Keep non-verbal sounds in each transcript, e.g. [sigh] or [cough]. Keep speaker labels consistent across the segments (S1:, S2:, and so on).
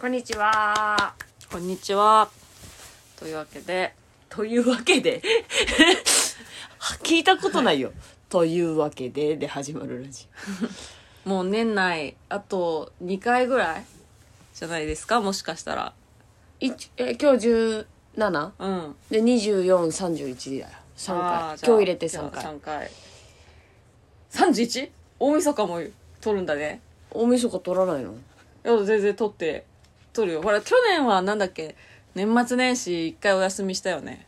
S1: こんにちは。
S2: こんにちは。というわけで、というわけで、 [laughs] 聞いたことないよ。というわけで、で始まるラジオ。もう年内、あと2回ぐらいじゃないですか、もしかしたら。
S1: いちえ今日 17?
S2: うん。
S1: で、24、31だよ。3
S2: あー
S1: 回。
S2: じ
S1: 今日
S2: ゃあ
S1: 入れて3
S2: じゃあ
S1: 回。
S2: 3回。31? 大晦日も撮るんだね。
S1: 大晦日取らないの
S2: いや全然撮って、撮るよ。ほら、去年はなんだっけ、年末年始1回お休みしたよね。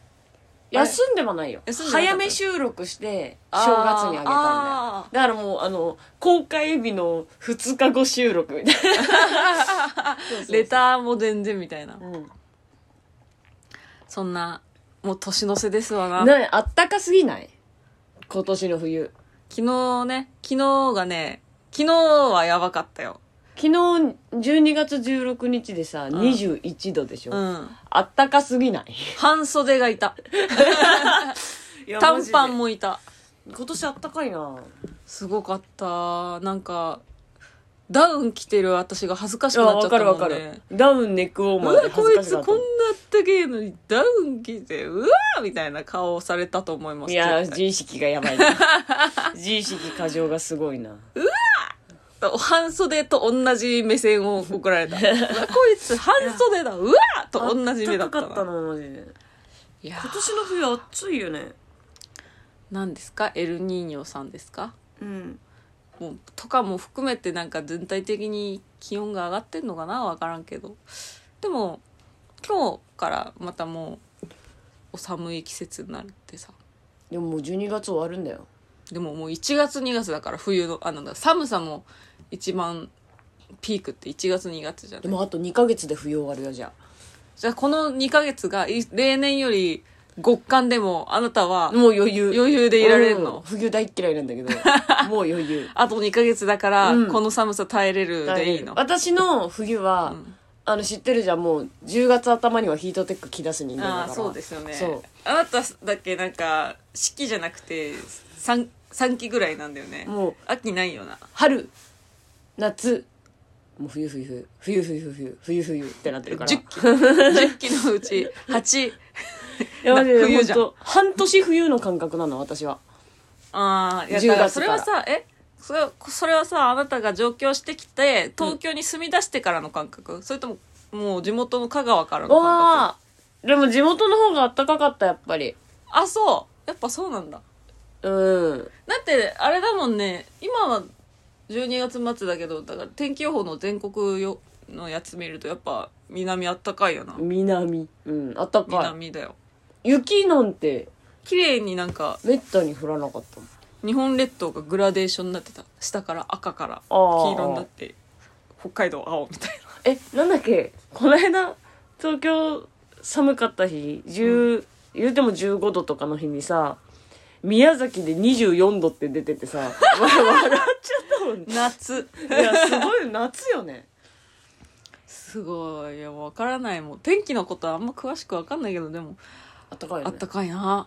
S1: 休んでもないよ。
S2: 休んでなかった
S1: 早め収録して、
S2: あー
S1: 正月にあげたんだよ
S2: あ。
S1: だからもう、あの、公開日の2日後収録みたいな。
S2: レターも全然みたいな。
S1: う
S2: そんな、もう年の瀬ですわ
S1: ん。ねあったかすぎない今年の冬。
S2: 昨日ね、昨日がね、昨日はやばかったよ。
S1: 昨日12月16日でさ、21度でしょ、
S2: うん。
S1: あったかすぎない
S2: 半袖がいた。短パン
S1: も
S2: もいた。
S1: 今年あったかいな
S2: すごかった。なんか、ダウン着てる私が恥ずかしくなっちゃ
S1: わ
S2: った
S1: か
S2: もん
S1: る
S2: ね。
S1: わかる。ダウンネックウォー
S2: う
S1: マー
S2: わ、
S1: で
S2: こ
S1: 恥ず
S2: い
S1: かし
S2: つ
S1: かった
S2: こんなあったけえのにダウン着て、うわーみたいな顔をされたと思います。
S1: いや、
S2: 絶対
S1: 自意識がや
S2: [laughs]
S1: ばいな。自意識過剰がすごいな。
S2: 半袖と同じ目線を送ら
S1: [laughs]
S2: れた。うわこいつ半袖だ、うわーと同じ目
S1: [laughs]
S2: だった
S1: あか
S2: な。
S1: な、マジで。
S2: いやー、
S1: 今年の冬暑いよね。
S2: 何ですかエルニーニョさんですか
S1: うん。
S2: もうとかも含めてなんか全体的に気温が上がってんのかなわからんけどでも今日からまたもうお寒い季節になるってさ
S1: でももう12月終わるんだよ。
S2: でももう1月2月だから冬のあなんだ寒さも一番ピークって1月2月じゃ
S1: で
S2: ない
S1: もあと2ヶ月で冬終わるよ、じゃ
S2: じゃあこの2ヶ月がい例年より極寒でもあなたは
S1: あ。もう余裕。
S2: 余裕でいられるの、
S1: うん冬大っ嫌いなんだ
S2: [laughs]
S1: けど、もう余裕。
S2: あと2ヶ月だから
S1: うん
S2: この寒さ耐えれるでいいの、
S1: 私の冬は、
S2: うん
S1: あの知ってるじゃんもう10月頭にはヒートテック着出す人間だから
S2: ああそうですよね
S1: そう
S2: あなただけなんか四季じゃなくて 3, 三期ぐらいなんだよね
S1: もう
S2: 秋ないよな
S1: 春夏もう冬冬冬冬冬冬冬冬ってなってるから
S2: 10
S1: [laughs]
S2: 期10期のうち8
S1: いやマジで
S2: 冬じゃん
S1: ほと半年冬の感覚なの私は
S2: ああいや
S1: 10
S2: だから
S1: 月か
S2: それ
S1: ら
S2: はさえそれそれはさあなたが上京してきて東京に住み出してからの感覚、それとももう地元の香川からの感覚
S1: わあでも地元の方が暖かかったやっぱり
S2: あそうやっぱそうなんだ
S1: うん
S2: だってあれだもんね今は12月末だけどだから天気予報の全国よのやつ見るとやっぱ南あったかいよな
S1: 南うん暖か
S2: 南だよ
S1: い雪なんて
S2: 綺麗になんか
S1: めったに降らなかったもん
S2: 日本列島がグラデーションになってた下から赤から
S1: あー
S2: 黄色になって北海道青みたいな
S1: えなんだっけこの間東京寒かった日10、言うても15度とかの日にさ宮崎で24度って出ててさ [laughs] わ笑っちゃったもんね
S2: 夏
S1: いやすごい夏よね
S2: すごいいや分からないもう天気のことはあんま詳しく分かんないけどでも
S1: あったかい
S2: あ
S1: よ
S2: っ
S1: ね
S2: たかいな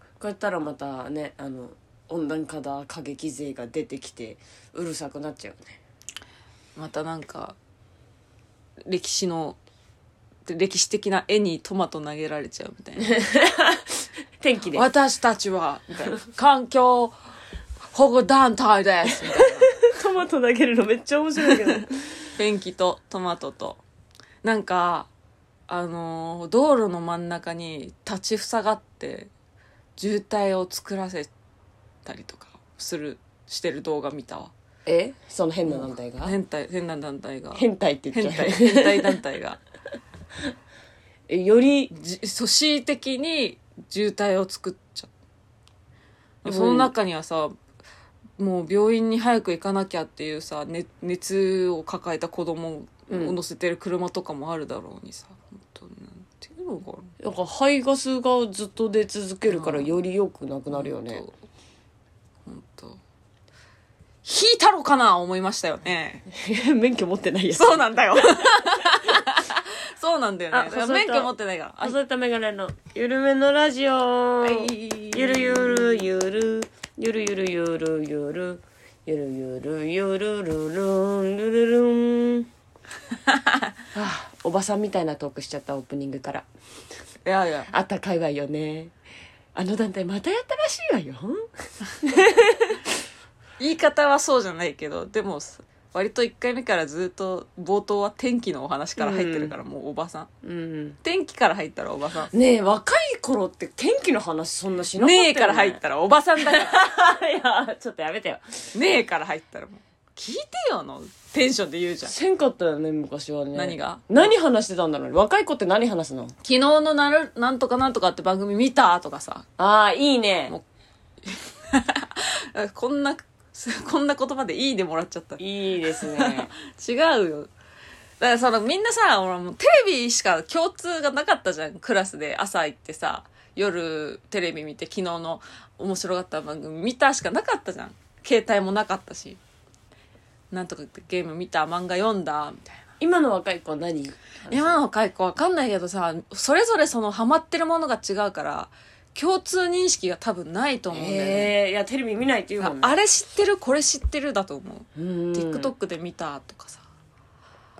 S1: こうやったらまたねあの温暖化だ過激税が出てきてうるさくなっちゃうよね
S2: またなんか歴史の歴史的な絵にトマト投げられちゃうみたいな
S1: 天気で
S2: 私たちはみたいな環境保護団体ですみたいな
S1: トマト投げるのめっちゃ面白いけど
S2: [laughs] ペンキとトマトとなんかあのー道路の真ん中に立ち塞がって渋滞を作らせたりとかするしてる動画見たわ
S1: [laughs] えその変な団体が
S2: 変態変な団体が
S1: 変態って言っちゃう
S2: 変態変態団体が
S1: [laughs] えより
S2: じ組織的に渋滞を作っちゃ
S1: う
S2: うんその中にはさもう病院に早く行かなきゃっていうさ、ね、熱を抱えた子供を乗せてる車とかもあるだろうにさ、本当になんていうのか
S1: なんか排ガスがずっと出続けるから
S2: うん
S1: より良くなく
S2: な
S1: なるよね。
S2: 本当本当引いたろかな思いましたよ
S1: [laughs]
S2: ね
S1: 免許持ってないやつ。
S2: そうなん
S1: [laughs]
S2: だよそうなんだよね
S1: あ
S2: だから
S1: 細い
S2: 免
S1: と
S2: 許持ってないからあ
S1: 細田メガネのゆるめのラジオ。ゆるゆるゆるゆるゆるゆるゆるゆるゆるゆるるるんるるるん。 [laughs] あおばさんみたいなトークしちゃったオープニングから
S2: いやいや
S1: あったかいわよねあの団体またやったらしいわよ
S2: 言い方はそうじゃないけどでも割と1回目からずっと冒頭は天気のお話から入ってるから、もうおばさん
S1: うん
S2: 天気から入ったらおばさん
S1: ねえ若い頃って天気の話そんなしなかったよ
S2: ねえから入ったらおばさんだ [laughs] から
S1: いやちょっとやめてよ
S2: ねえから入ったらもう聞いてよのテンションで言うじゃん昨
S1: せんかったよね昔はね
S2: 何が
S1: 何話してたんだろうね若い子って何話すの
S2: 日のなるなんとかなんとかって番組見たとかさ
S1: ああいいね
S2: もあこんな [laughs] こんな言葉でいいでもらっちゃった
S1: いいです
S2: [laughs]
S1: ね
S2: 違うよだからそのみんなさ俺もうテレビしか共通がなかったじゃんクラスで朝行ってさ夜テレビ見て昨日の面白かった番組見たしかなかったじゃん携帯もなかったしなんとかってゲーム見た漫画読んだみたいな
S1: 今の若い子は何
S2: 今の若い子わかんないけどさそれぞれそのハマってるものが違うから共通認識が多分ないと思うんだよね、
S1: えー、いやテレビ見ないって言うもんね
S2: あれ知ってるこれ知ってるだと思う、
S1: うん
S2: TikTok で見たとかさ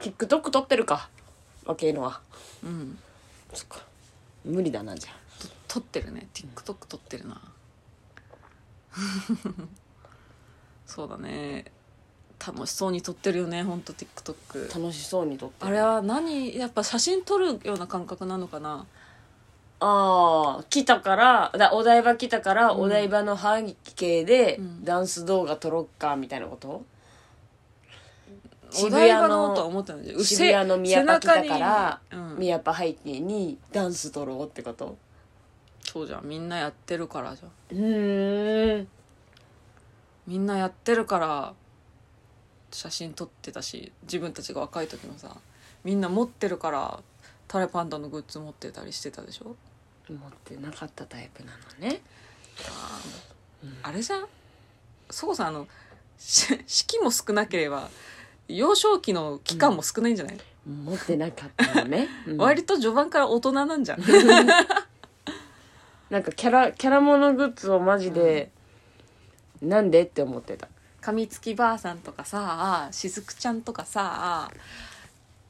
S1: TikTok 撮ってるか若いのは
S2: うん
S1: そっか無理だなじゃあ
S2: 撮ってるね TikTok 撮ってるな [laughs] そうだね楽しそうに撮ってるよねほんと TikTok
S1: 楽しそうに撮って
S2: あ
S1: る
S2: れは何やっぱ写真撮るような感覚なのかな
S1: ああ来たからだお台場来たから、
S2: うん
S1: お台場の背景で
S2: うん
S1: ダンス動画撮ろっかみたいなこと、
S2: お
S1: 渋
S2: 台
S1: 谷
S2: 場の
S1: の
S2: とは思ってないじゃん
S1: 渋谷の宮古来たから、
S2: 背中にうん、
S1: 宮パ背景にダンス撮ろうってこと
S2: そうじゃんみんなやってるからじゃん
S1: うん
S2: みんなやってるから写真撮ってたし自分たちが若い時もさみんな持ってるからタレパンダのグッズ持ってたりしてたでしょ
S1: 持ってなかったタイプなのね
S2: あれじゃんそこさんあのし式も少なければ幼少期の期間も少ないんじゃない、
S1: 持ってなかったの
S2: [laughs]
S1: ね、うん
S2: 割と序盤から大人なんじゃん
S1: なんかキャラキャラものグッズをマジで、なんでって思ってた
S2: 噛みつきばあさんとかさしずくちゃんとかさ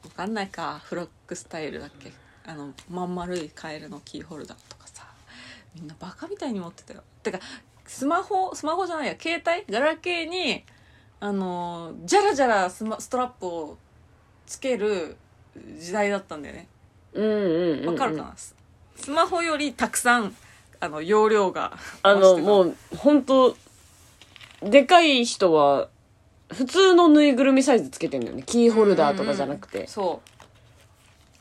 S2: わかんないかフロックスタイルだっけあのまん丸いカエルのキーホルダーとかさみんなバカみたいに持ってたよてかスマホスマホじゃないや携帯ガラケーにあのジャラジャラスマストラップをつける時代だったんだよね
S1: うんうんうんうん
S2: わかるかな、ススマホよりたくさんあの容量が
S1: あ
S2: 増して
S1: のも
S2: た
S1: う本当でかい人は普通のぬいぐるみサイズつけてんだよねキーホルダーとかじゃなくて、
S2: そう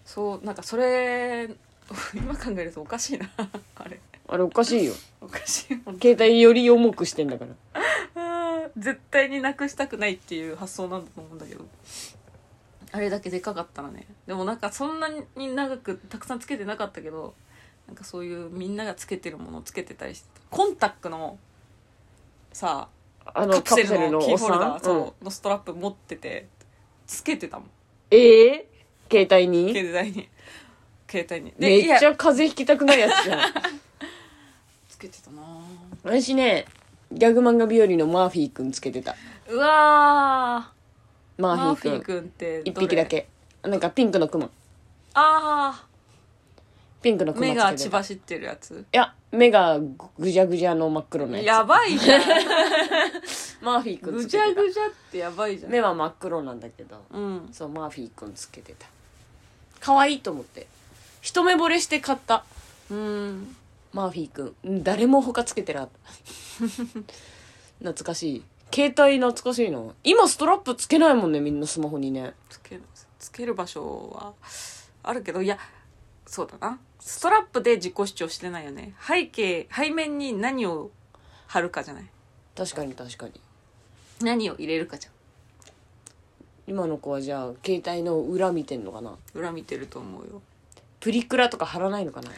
S2: そうなんかそれ [laughs] 今考えるとおかしいな [laughs] あれ
S1: あれおかしいよ
S2: おかしい [laughs] もん
S1: 携帯より重くしてんだから
S2: あー絶対になくしたくないっていう発想なんだと思うんだけどあれだけでかかったらねでもなんかそんなに長くたくさんつけてなかったけどなんかそういうみんながつけてるものをつけてたりしてたコンタックのさ
S1: あの
S2: カ
S1: カ
S2: プ
S1: プ
S2: セ
S1: セ
S2: ル
S1: ル
S2: の
S1: の
S2: キー
S1: お
S2: ホル
S1: さ
S2: ダ
S1: ん
S2: ー、そう
S1: うん
S2: のストラップ持っててつけてたもん
S1: ええ携帯に
S2: 携帯に携帯にで
S1: めっ
S2: い
S1: ち
S2: や
S1: ゃ風邪ひきたくないやつじゃん
S2: つけてたな
S1: 私ねギャグ漫画日和のマーフィーくんつけてた
S2: うわー
S1: マ
S2: マー
S1: ー
S2: フ
S1: フィ
S2: ィー
S1: ーくん
S2: くんって
S1: 一
S2: どれ
S1: 匹だけなんかピンクのクマ
S2: あ
S1: ピンクの
S2: あ
S1: クマつけ
S2: 目
S1: て
S2: が
S1: た
S2: 血走ってるやつ
S1: いや目がぐじゃぐじゃの真っ黒のやつ
S2: やばい
S1: [laughs]
S2: じゃん
S1: マーフィーくん
S2: ぐ
S1: つ
S2: じ
S1: け
S2: ゃ
S1: てた
S2: ぐじゃってやばいじゃん
S1: 目は真っ黒なんだけど
S2: うん
S1: そうマーフィーくんつけてた可愛いと思って一目惚れして買った
S2: うん
S1: マーフィーくんうん誰も他つけてなかった懐かしい携帯懐かしいの今ストラップつけないもんねみんなスマホにね
S2: つけるつける場所はあるけどいやそうだなストラップで自己主張してないよね背景背面に何を貼るかじゃない
S1: 確かに確かに
S2: 何を入れるかじゃん
S1: 今の子はじゃあ携帯の裏見てんのかな
S2: 裏見てると思うよ
S1: プリクラとか貼らないのかな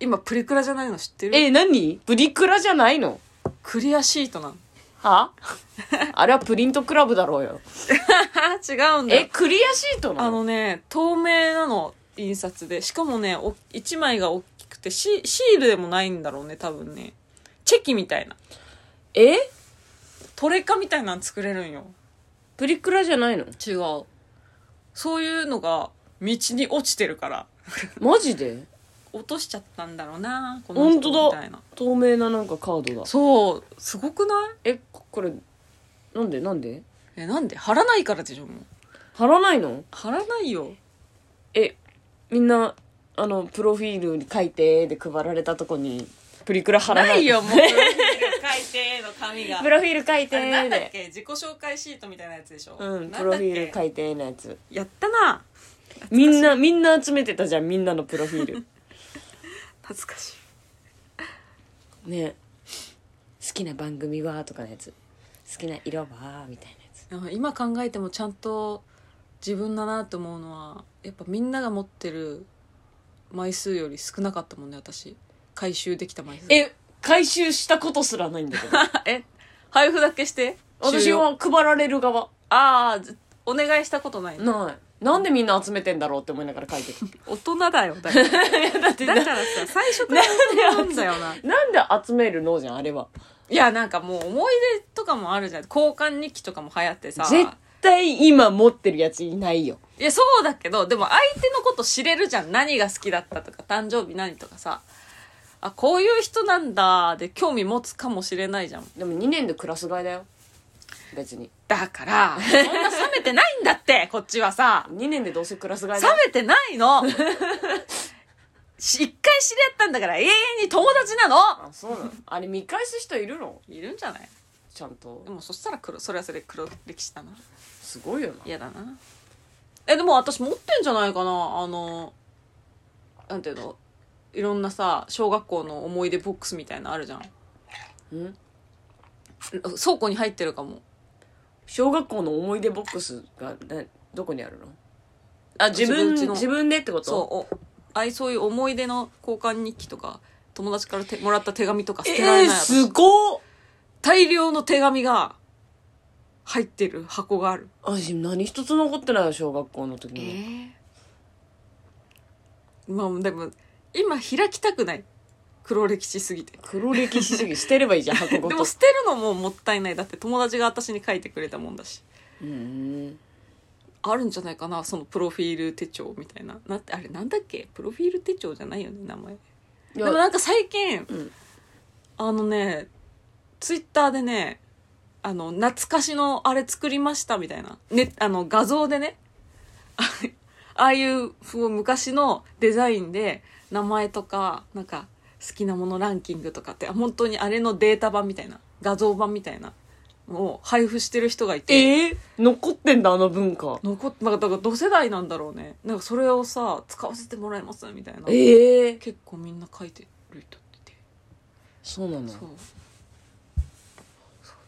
S2: 今プリクラじゃないの知ってる
S1: え何プリクラじゃないの
S2: クリアシートなの
S1: は [laughs] あれはプリントクラブだろうよ
S2: [laughs] 違うんだ
S1: え
S2: よ
S1: クリアシートな
S2: あ
S1: の
S2: のね透明なの印刷でしかもねお1枚が大きくてシシールでもないんだろうね多分ねチェキみたいな
S1: え
S2: トレカみたいなの作れるんよ
S1: プリクラじゃないの
S2: 違うそういうのが道に落ちてるから
S1: マジで
S2: 落としちゃったんだろうなこの
S1: 本当だ
S2: 人みたいな
S1: 透明ななんかカードだ
S2: そうすごくない
S1: えここれなんでなんで
S2: えなんで貼らないからでしょもう
S1: 貼らないの
S2: 貼らないよ
S1: えみんなあのプロフィールに書いてで配られたとこにプリクラ貼らない
S2: な
S1: [laughs]
S2: いよもう書いての紙が
S1: プロフィール書いて
S2: あれなんだっ
S1: で
S2: け自己紹介シートみたいなやつでしょ
S1: うん
S2: な
S1: プ
S2: ん
S1: ロ
S2: だっ
S1: フ
S2: け
S1: ィール書いてのやつ
S2: やったな
S1: みんなみんな集めてたじゃんみんなのプロフィー [laughs] ル
S2: 恥ずかしい
S1: ね好きな番組はとかのやつ好きな色はみたいなやつ
S2: でも今考えてもちゃんと自分だなと思うのはやっぱみんなが持ってる枚数より少なかったもんね私回収できた枚数
S1: え回収したことすらないんだけど
S2: [laughs] え配布だけして
S1: [laughs] 私
S2: 終了
S1: は配られる側
S2: ああずお願いしたことない
S1: ないなんでみんな集めてんだろうって思いながら書いてる
S2: 大人だよだから [laughs] だからさ最初から大人なんだよ [laughs] な
S1: [laughs] なんで集めるのじゃんあれはい
S2: やなんかもう思い出とかもあるじゃん交換日記とかも流行ってさ
S1: 絶対今持ってるやついないよ
S2: いやそうだけどでも相手のこと知れるじゃん何が好きだったとか誕生日何とかさあこういう人なんだで興味持つかもしれないじゃん
S1: でも2年でクラス替えだよ別に
S2: だからそんな冷めてないんだって [laughs] こっちはさ
S1: 2年でどうせクラス替えだ
S2: 冷
S1: よ
S2: めてないの [laughs] し一回知り合ったんだから永遠に友達なの
S1: あそうなのあれ見返す人いるの
S2: いるんじゃない
S1: ちゃんと
S2: でもそしたら黒それはそれで黒歴史だな
S1: すごいよな
S2: 嫌だなえでも私持ってんじゃないかなあのなんていうのいろんなさ小学校の思い出ボックスみたいなのあるじゃん
S1: うん
S2: 倉庫に入ってるかも
S1: 小学校の思い出ボックスがなどこにあるのあ自
S2: 自
S1: 分
S2: 分
S1: 自
S2: 家の
S1: 分でってこと
S2: そうおあいそういう思い出の交換日記とか友達からてもらった手紙とか捨てら
S1: えー、
S2: れない、
S1: すごっ
S2: 大量の手紙が入ってる箱がある
S1: 私何一つ残ってないよ小学校の時に、
S2: まあでも今開きたくない黒歴史すぎて
S1: 黒歴史主義捨てればいいじゃん箱 [laughs] ご
S2: でも
S1: と
S2: 捨てるのももったいないだって友達が私に書いてくれたもんだし
S1: うん
S2: あるんじゃないかなそのプロフィール手帳みたいななってあれなんだっけプロフィール手帳じゃないよね名前
S1: い
S2: で
S1: や
S2: もなんか最近、
S1: うん
S2: あのねツイッターでねあの懐かしのあれ作りましたみたいな、ね、あの画像でね [laughs] あああいうふう昔のデザインで名前とかなんか好きなものランキングとかってあ本当にあれのデータ版みたいな画像版みたいなのを配布してる人がいて
S1: えー、残ってんだあの文化
S2: 残っまあだから同世代なんだろうねなんかそれをさ使わせてもらいますみたいな
S1: ええー、
S2: 結構みんな書いてる人って
S1: そうなの
S2: そうそう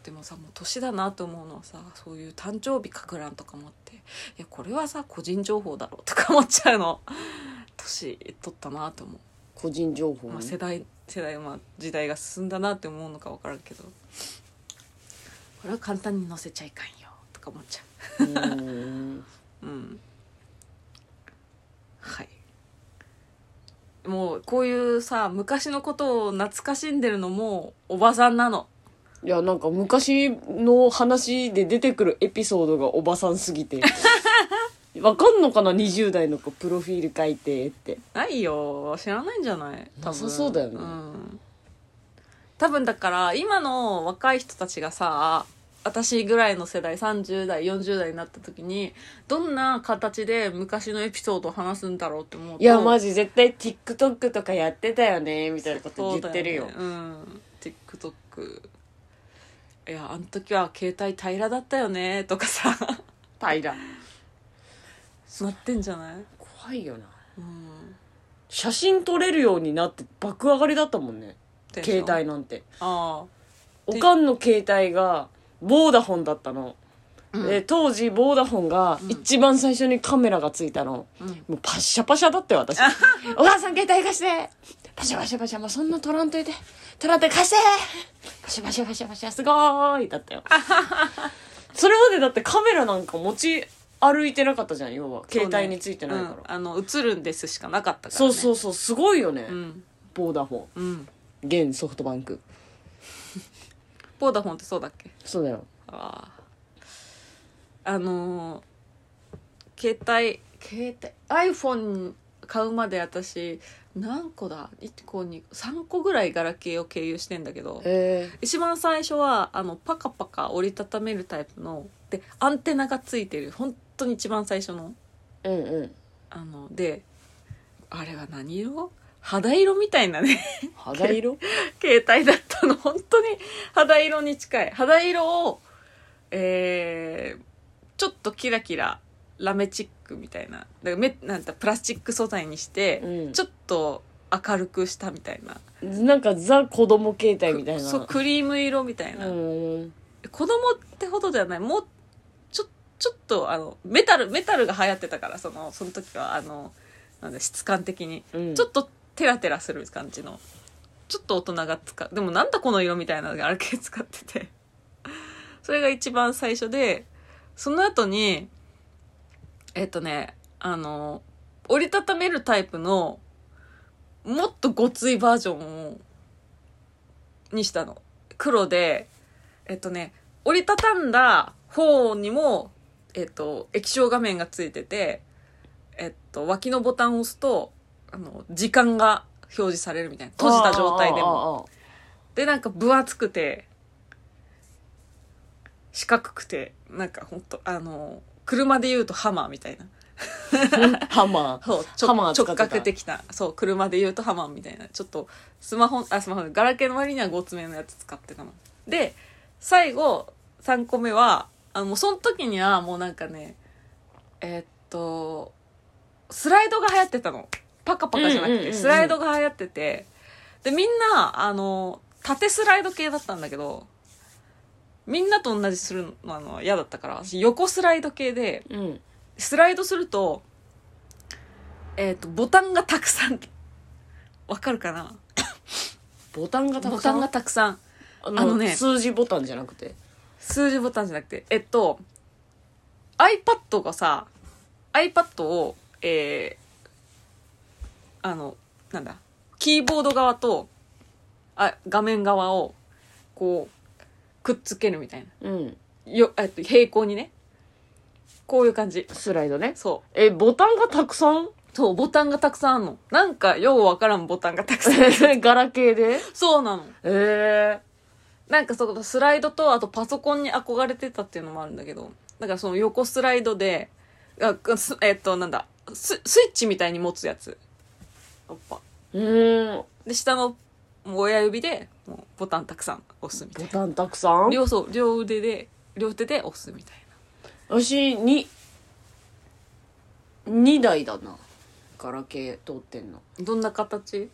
S2: でもさもう年だなと思うのはさそういう誕生日書く欄とかもあっていやこれはさ個人情報だろうとか思っちゃうの [laughs] 年取ったなと思
S1: 個人情報
S2: う、
S1: ね、
S2: まあ、世代世代、まあ、時代が進んだなって思うのか分からんけどこれは簡単に載せちゃいかんよとか思っちゃ
S1: うん
S2: ううんはいもうこういうさ昔のことを懐かしんでるのもおばさんなの
S1: いやなんか昔の話で出てくるエピソードがおばさんすぎ [laughs] てわかんのかな20代の子プロフィール書いてって
S2: ないよ知らないんじゃない多分
S1: なさそうだよね
S2: ん、多分だから今の若い人たちがさ私ぐらいの世代30代40代になった時にどんな形で昔のエピソードを話すんだろうって思うと
S1: いやマ
S2: ジ
S1: ジ絶対 TikTok とかやってたよねみたいなこと言ってるよ
S2: う,、ん TikTok いやあの時は携帯平らだったよねとかさ
S1: 平
S2: なってんじゃない、
S1: 怖いよな
S2: うん、
S1: 写真撮れるようになって爆上がりだったもんね携帯
S2: の
S1: なんて
S2: あ
S1: おかんの携帯がボーダフォンだったの、
S2: あ、うん
S1: で当時ボーダフォンが一番最初にカメラがついたの、
S2: うん
S1: もうパッシャパシャだって私。お母さん携帯貸してパシャパシャパシャ、もうそんな取らんといて。取らんといて貸してパシャパシャパシャパシャ、すごーいだったよ。それまでだってカメラなんか持ち歩いてなかったじゃん、要は。携帯についてないから。
S2: うんあの映るんですしかなかったから、
S1: そ
S2: ね、
S1: うそうそう、すごいよね。
S2: うん
S1: ボーダフォン。
S2: うん
S1: 現ソフトバンク。
S2: ポーダフォンってそうだっけ
S1: そうだよ。
S2: あああのー携帯携帯 iPhone 買うまで私何個だ1個2 3個ぐらいガラケーを経由してんだけど
S1: え
S2: 一番最初はあのパカパカ折りたためるタイプのでアンテナがついてる本当に一番最初の
S1: えうんうん
S2: あのであれは何色肌色みたいなね
S1: 肌色
S2: 携帯だったの本当に肌色に近い肌色をえーちょっとキラキララメチックみたいなだからめなんだプラスチック素材にして、
S1: うん
S2: ちょっと明るくしたみたいな
S1: なんかザ子供携帯みたいな
S2: そうクリーム色みたいな、
S1: うん
S2: 子供ってほどではないもうちょちょっとあのメタルメタルが流行ってたからそのその時はあのなんだ質感的に、
S1: うん
S2: ちょっとテラテラする感じのちょっと大人が使うでもなんだこの色みたいなのがあるけ使ってて [laughs] それが一番最初でその後にえっとねあの折りたためるタイプのもっとごついバージョンをにしたの黒でえっとね折りたたんだ方にもえっと液晶画面がついててえっと脇のボタンを押すとあの時間が表示されるみたいな閉じた状態でも
S1: も
S2: でなんか分厚くて四角くてなんかほんとあの車で言うとハマーみたいな
S1: ハマー
S2: そうちょ
S1: ハマー使って
S2: 直
S1: た
S2: 角的なそう車で言うとハマーみたいなちょっとスマホあスマホガラケーの割にはごつめのやつ使ってたので最後3個目はあのもうその時にはもうなんかねえーっとスライドが流行ってたのパカパカじゃなく
S1: うんうんうんう
S2: て
S1: ん
S2: スライドが流行っててでみんなあの縦スライド系だったんだけどみんなと同じするのあの嫌だったから私横スライド系で
S1: うん
S2: スライドすると、えっ、と、ボタンがたくさん、わかるかな
S1: ボタンがた
S2: ボ
S1: くさ
S2: タ
S1: ん
S2: ンがたくさん。
S1: あ
S2: あ
S1: の
S2: のね
S1: 数字ボタンじゃなくて
S2: 数字ボタンじゃなくて、えっと、iPad がさ、iPad を、えー、あの、なんだ、キーボード側と、あ、画面側を、こう、くっつけるみたい
S1: うん
S2: な。よ、えっと、平行にね。こういう感じ。
S1: スライドね
S2: そう。
S1: えボタンがたくさん [laughs]
S2: そう、ボタンがたくさんあるの。なんか、ようわからんボタンがたくさんある。
S1: ガラケーで
S2: そうなの。
S1: え
S2: なんかそのスライドと、あとパソコンに憧れてたっていうのもあるんだけど、だからその横スライドで、あすえっと、なんだス、スイッチみたいに持つやつ。やっぱ
S1: えうん
S2: で、下のもう親指で、もうボタンたくさん押すみた
S1: ボ
S2: いな。
S1: タンたくさん
S2: 両そう両腕で、両手で押すみたいな。
S1: 私に2台だなガラケー通ってんの
S2: どんな形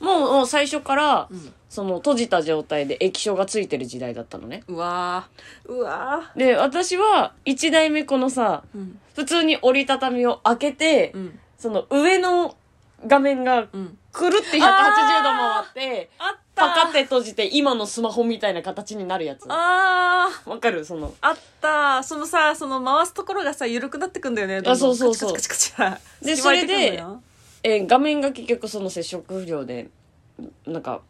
S1: もうもう最初から、
S2: うん
S1: その閉じた状態で液晶がついてる時代だったのね
S2: うわーうわ
S1: で私は1台目このさ
S2: ーうん、
S1: 普通に折りたたみを開けて、
S2: うん、
S1: その上の画面が
S2: うん。
S1: くるって180度回って
S2: あった
S1: パカって閉じて今のスマホみたいな形になるやつわ
S2: あー
S1: かるその
S2: あったそのさその回すところがさ緩くなってくんだよねどんどん
S1: あそうそうそう
S2: カチカチカチカチカチ
S1: で
S2: 隙間空いてくんのよ
S1: それでえー画面が結局その接触不良でなんか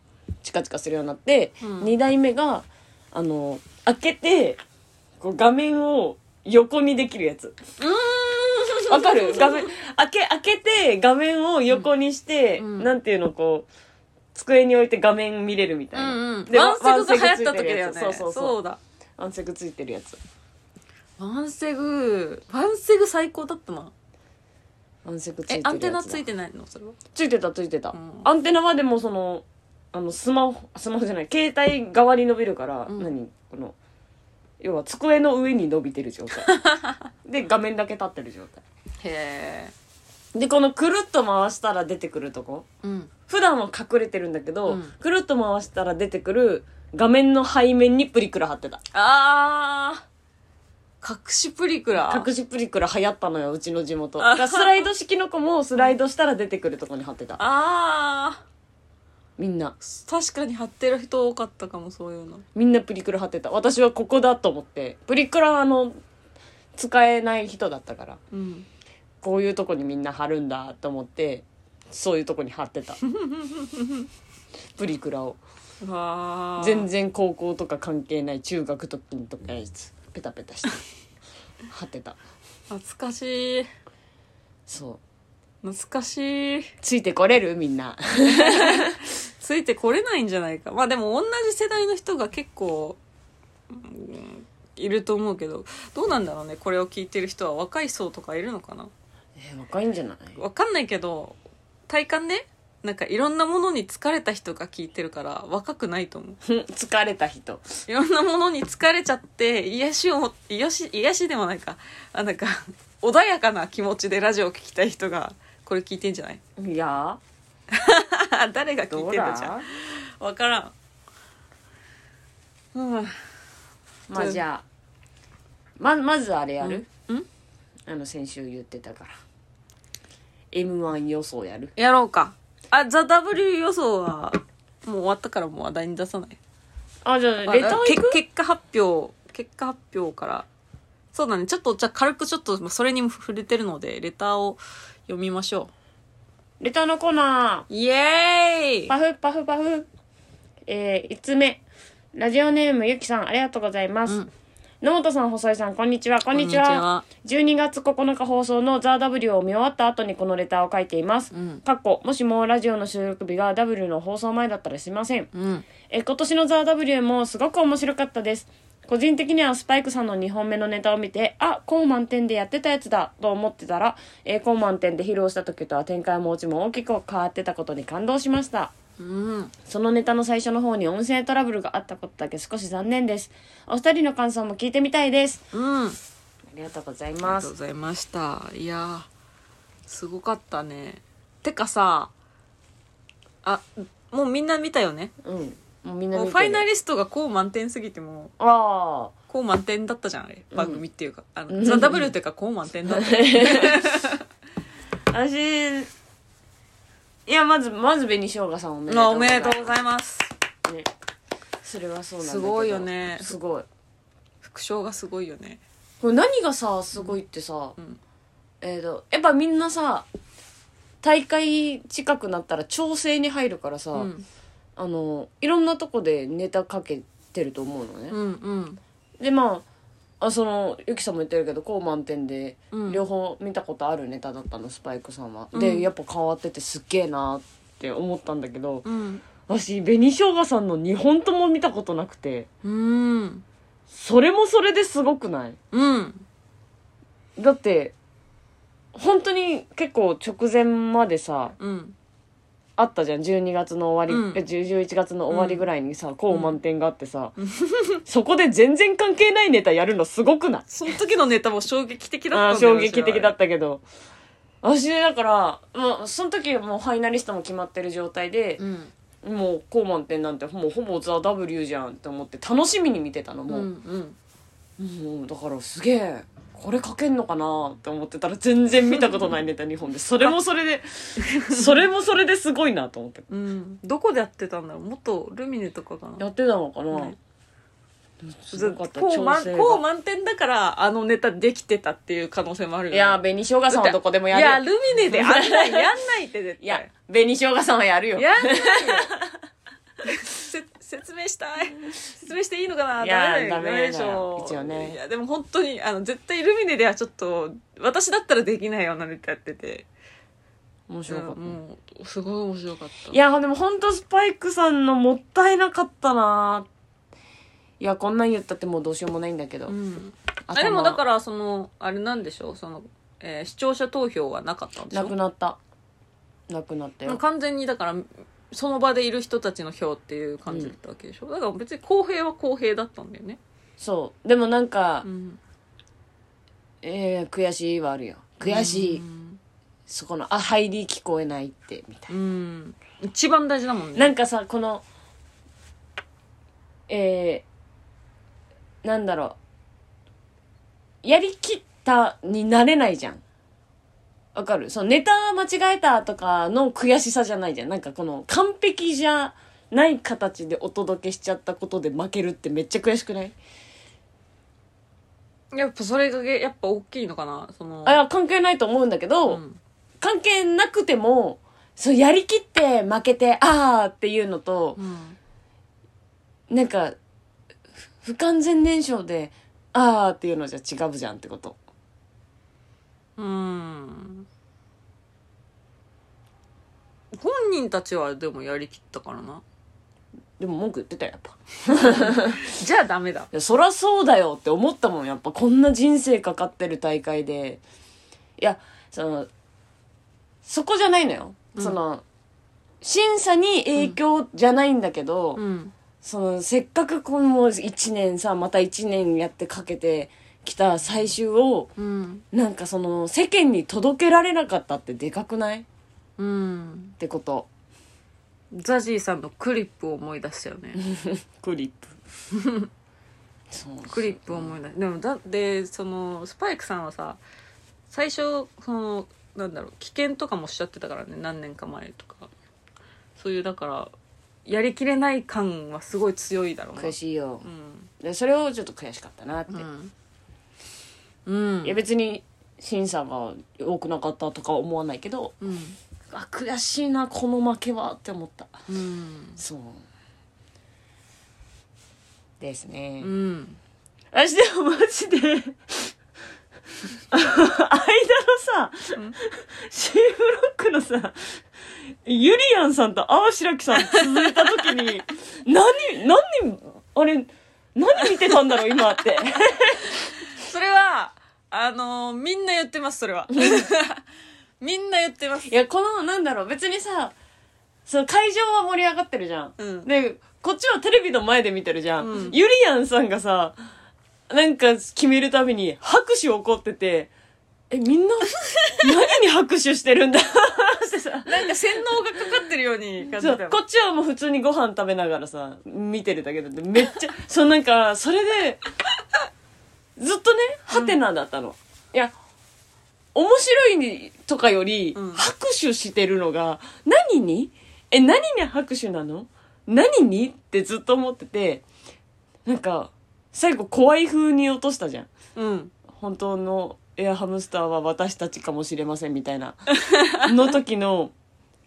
S1: チカチカするようになって、
S2: うん
S1: 2台目があの開けてこう画面を横にできるやつ
S2: うーん
S1: わかる画面開け開けて画面を横にして、
S2: うんうん
S1: なんていうのこう机に置いて画面見れるみたいな、
S2: うんうん
S1: で
S2: ワンセグが流行った
S1: ワンセグついて
S2: 時
S1: る
S2: だ
S1: や
S2: よ
S1: つ
S2: ね
S1: そうそうそう
S2: だ
S1: アンセグついてるやつ
S2: ワンセグワンセグ最高だったな
S1: アンセグついて
S2: え
S1: るやつだ
S2: アンテナついてないのそれは
S1: ついてたついてた、
S2: うん
S1: アンテナはでもそのあのスマホスマホじゃない携帯側に伸びるから、
S2: うん
S1: 何この要は机の上に伸びてる
S2: [laughs]
S1: 状態で画面だけ立ってる状態
S2: へえ
S1: でこのくるっと回したら出てくるとこ
S2: うん
S1: 普段は隠れてるんだけど、
S2: うん
S1: くるっと回したら出てくる画面の背面にプリクラ貼ってた
S2: あー隠しプリクラ
S1: 隠しプリクラ流行ったのようちの地元だからスライド式の子もスライドしたら出てくるとこに貼ってた
S2: あ
S1: みんな
S2: ー確かに貼ってる人多かったかもそういうの
S1: みんなプリクラ貼ってた私はここだと思ってプリクラはあの使えない人だったから
S2: うん
S1: こういうとこにみんな貼るんだと思ってそういうとこに貼
S2: [laughs]
S1: ってたプリクラを
S2: うわー
S1: 全然高校とか関係ない中学とかにと
S2: [laughs]
S1: かやつペタペタして貼ってた
S2: 懐かしい
S1: そう
S2: 難しい
S1: ついてこれるみんな
S2: ついてこれないんじゃないかまあでも同じ世代の人が結構、うんいると思うけどどうなんだろうねこれを聞いてる人は若い層とかいるのかな
S1: え若いんじゃない [laughs]
S2: わかんないけど体感ねなんかいろんなものに疲れた人が聞いてるから若くないと思う
S1: 疲れた人
S2: いろんなものに疲れちゃって癒しを癒し癒しでもないかあなんか穏やかな気持ちでラジオを聞きたい人がこれ聞いてんじゃない [laughs]
S1: いや
S2: 誰が聞
S1: ど
S2: いうてんだじゃん
S1: だ
S2: 分からんうん
S1: まあじゃあままずあれやる、
S2: うん
S1: あの先週言ってたから m 1予想やる
S2: やろうかあザ・ W 予想はもう終わったからもう話題に出さない
S1: あじゃあ
S2: まあ
S1: レター行
S2: け
S1: く
S2: 結果発表結果発表からそうだねちょっとじゃあ軽くちょっとまあそれにも触れてるのでレターを読みましょ
S1: レターのコーナ
S2: うイエー
S1: ー
S2: イ
S1: パフパフパフえー、5つ目ラジオネームゆきさんありがとうございます、
S2: うん
S1: 野本さん細井さんこんにちはこんにちは12月9日放送の「ザ・ w を見終わった後にこのレターを書いています、
S2: うん
S1: かっこもしもラジオの収録日が W の放送前だったらすいません
S2: うん
S1: え今年の「ザ・ w もすごく面白かったです個人的にはスパイクさんの2本目のネタを見てあ高満点でやってたやつだと思ってたら、えー、高満点で披露した時とは展開も落ちも大きく変わってたことに感動しました
S2: うん
S1: そのネタの最初の方に音声トラブルがあったことだけ少し残念ですお二人の感想も聞いてみたいです
S2: うんあ
S1: ありがとうござい
S2: り
S1: ま
S2: がとうございましたいやーすごかったねてかさあもうみんな見たよね
S1: うんもうみんな
S2: もう
S1: 見
S2: フ
S1: てる
S2: ァイナリストがこう満点すぎても
S1: あ
S2: うこう満点だったじゃんあれ番組っていうか、あ
S1: う
S2: の
S1: ん
S2: ザ・ W っていうかこう満点だった
S1: あ私いやまずまず紅しょうがさんおめで
S2: まあ
S1: とう
S2: おめでとうご
S1: い
S2: ざいます
S1: ます、ね、それはそうなんだけど
S2: すごいよね
S1: すごい
S2: 副賞がすごいよね
S1: これ何がさすごいってさ、
S2: うん
S1: えー、とやっぱみんなさ大会近くなったら調整に入るからさ、
S2: うん
S1: あのいろんなとこでネタかけてると思うのね
S2: う、ん
S1: でまああそのゆきさんも言ってるけど高満点で
S2: うん
S1: 両方見たことあるネタだったのスパイクさんは、
S2: う
S1: で
S2: ん
S1: やっぱ変わっててすっげえなって思ったんだけど
S2: うん
S1: 私紅しょうがさんの2本とも見たことなくて
S2: うん
S1: それもそれですごくない
S2: うん
S1: だって本当に結構直前までさ
S2: うん
S1: あったじゃん12月の終わり、
S2: うん
S1: え10 11月の終わりぐらいにさ、高満点があってさ、 [laughs] そこで全然関係ないネタやるのすごくない
S2: その時のネタも衝撃的だ
S1: あ
S2: っ
S1: ー
S2: たんだよ
S1: 衝撃的だ
S2: っ
S1: ったけど私だからもうその時もうファイナリストも決まってる状態で
S2: う、ん
S1: もう高満点なんてもうほぼザ・ W じゃんって思って楽しみに見てたの
S2: うんう
S1: もう、
S2: ん
S1: もうだからすげえこれ書けんのかなって思ってたら全然見たことないネタ2本でそれもそれでそれもそれですごいなと思って
S2: うんどこでやってたんだろう元ルミネとかかな
S1: やってたのかな、
S2: ね
S1: すごかった
S2: こう
S1: 調
S2: 満
S1: 整
S2: こう
S1: が
S2: 満点だからあのネタできてたっていう可能性もある
S1: い
S2: よね
S1: や紅しょうがさんはどこでもやる
S2: い
S1: よ
S2: やルミネであんないやんないって絶対
S1: いや紅しょうがさんはやるよ
S2: やんないよ [laughs] せ説明したい説明していいのかないい
S1: や
S2: だよ
S1: ダメだよ
S2: でしょ
S1: 一応ね
S2: いやでも本当にあの絶対ルミネではちょっと私だったらできないようなネタやってて
S1: 面白かった、
S2: うんもうすごい面白かった
S1: いやでもほんとスパイクさんのもったいなかったないやこんなん言ったってもうどうしようもないんだけど、
S2: うんあ
S1: 頭
S2: でもだからそのあれなんでしょうその、えー視聴者投票はなかったんでし
S1: なく
S2: ょ
S1: なったなくなった
S2: もう
S1: よ
S2: 完全にだからその場でいる人たちの票っていう感じだったわけでしょ、だから別に公平は公平だったんだよね
S1: そうでもなんか、
S2: うん
S1: えー悔しいはあるよ悔しい、
S2: うん
S1: そこの「あ入り聞こえない」ってみたい
S2: うん一番大事だもんね
S1: ななんかさこのえー、なんだろうやりきったになれないじゃんわかるそのネタ間違えたとかの悔しさじゃないじゃんなんかこの完璧じゃない形でお届けしちゃったことで負けるってめっちゃ悔しくない
S2: やっぱそれがげやっぱ大きいのかなその
S1: あいや関係ないと思うんだけど、
S2: うん
S1: 関係なくてもそうやりきって負けてあーっていうのと、
S2: うん
S1: なんかふ不完全燃焼で「あー」っていうのじゃ違うじゃんってこと
S2: うん人たちはでもやりきったからな
S1: でも文句言ってたよやっぱ
S2: じゃあダメだ
S1: いやそらそうだよって思ったもんやっぱこんな人生かかってる大会でいやそのそこじゃないのよ、
S2: うん
S1: その審査に影響じゃないんだけど、
S2: うん
S1: そのせっかくこの1年さまた1年やってかけてきた最終を
S2: うん
S1: なんかその世間に届けられなかったってでかくないっ
S2: うん
S1: てこと
S2: ザジーさんのクリップを思い出したよね
S1: クリップそう
S2: クリップを思い出したでもだってそのスパイクさんはさ最初そのなんだろう危険とかもしちゃってたからね何年か前とかそういうだからやりきれない感はすごい強いだろうね
S1: 悔しいよ
S2: うん
S1: でそれをちょっと悔しかったなって、
S2: うん、うん
S1: いや別に審査が多くなかったとかは思わないけど
S2: うん
S1: あ悔しいなこの負けはって思った
S2: うん
S1: そうですね、
S2: うん
S1: 私でもマジであの間のさ C ブロックのさゆりやんさんと青白木さん続いた時 [laughs] に何何あれ何見てたんだろう今って
S2: それはあのーみんな言ってますそれ [laughs] はみんな言ってます
S1: いやこのなんだろう別にさその会場は盛り上がってるじゃん
S2: うん
S1: で、こっちはテレビの前で見てるじゃん。
S2: うん
S1: ゆりやんさんがさ、なんか決めるたびに拍手起こってて、え、み
S2: [laughs]
S1: んな、何に拍手してるんだってさ。
S2: なんか洗脳がかかってるように感じ
S1: そ
S2: た
S1: う
S2: よ
S1: こっちはもう普通にご飯食べながらさ見てるだけだってめっちゃ [laughs] そうなんかそれでずっとねハテナだったの、いや面白いにとかより、
S2: うん
S1: 拍手してるのが何にえ何に拍手なの何にってずっと思っててなんか最後怖い風に落としたじゃん
S2: うん
S1: 本当のエアハムスターは私たちかもしれませんみたいな [laughs] の時の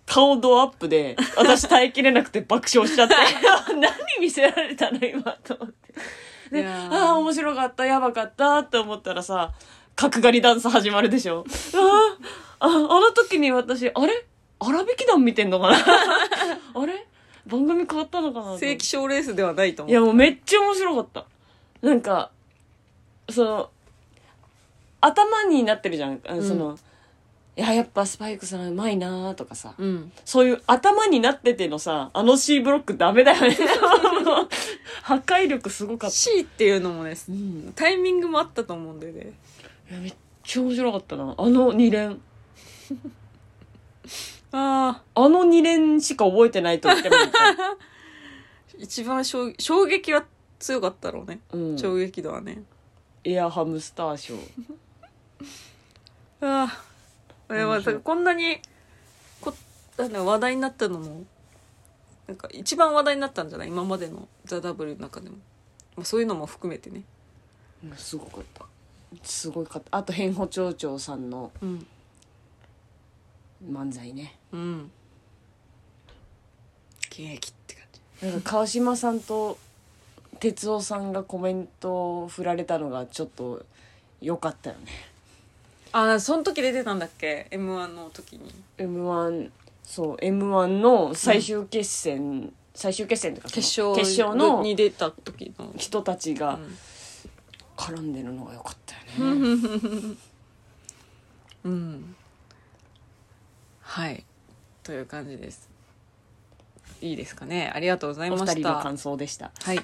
S1: 顔ドアップで私耐えきれなくて [laughs] 爆笑しちゃって何見せられたの今と思って
S2: い
S1: で
S2: や
S1: あ
S2: ー
S1: あー面白かったやばかったって思ったらさ角刈りダンス始まるでし [laughs] ょあーああの時に私あれ荒引き団見てんの [laughs] かなあれ番組変わったのかなと思って
S2: 正規賞レースではないと
S1: い
S2: 思
S1: うやもうめっちゃ面白かった。なんか、その、頭になってるじゃん。あの
S2: うん
S1: その、いや、やっぱスパイクさんうまいなーとかさ。
S2: うん
S1: そういう頭になっててのさ、あの C ブロックダメだよね。もう [laughs] 破壊力すごかった。
S2: C っていうのもね
S1: うん。
S2: タイミングもあったと思うんだよね
S1: いや、めっちゃ面白かったな。あの2連。
S2: ああ
S1: あの2連しか覚えてないと言っても [laughs] いいか。
S2: 一番衝撃衝撃は強かったろうね、
S1: うん。
S2: 衝撃度はね
S1: エアハムスターショー。
S2: ああでも
S1: 面白い
S2: こんなにこなんだ話題になったのもなんか一番話題になったんじゃない今までの「ザ・ w の中でも、まあ、そういうのも含めてね
S1: うんすごかった。すごかった。あと、変補町長さんの
S2: うん
S1: 漫才ね。
S2: うん現役って感じ
S1: なんか川島さんと哲夫さんがコメントを振られたのがちょっと良かったよね
S2: ああその時出てたんだっけ m 1の時に
S1: m 1そう m 1の最終決戦、最終決戦というかそ
S2: 決
S1: の
S2: 勝
S1: 決勝の
S2: に出た時の、
S1: 人たち
S2: う
S1: が
S2: ん
S1: 絡んでるのが良かった
S2: う
S1: よね、
S2: んうんはいという感じですいいですかねありがとうござい
S1: お
S2: ま
S1: 二
S2: し
S1: 人の
S2: た
S1: 感想でした、
S2: はい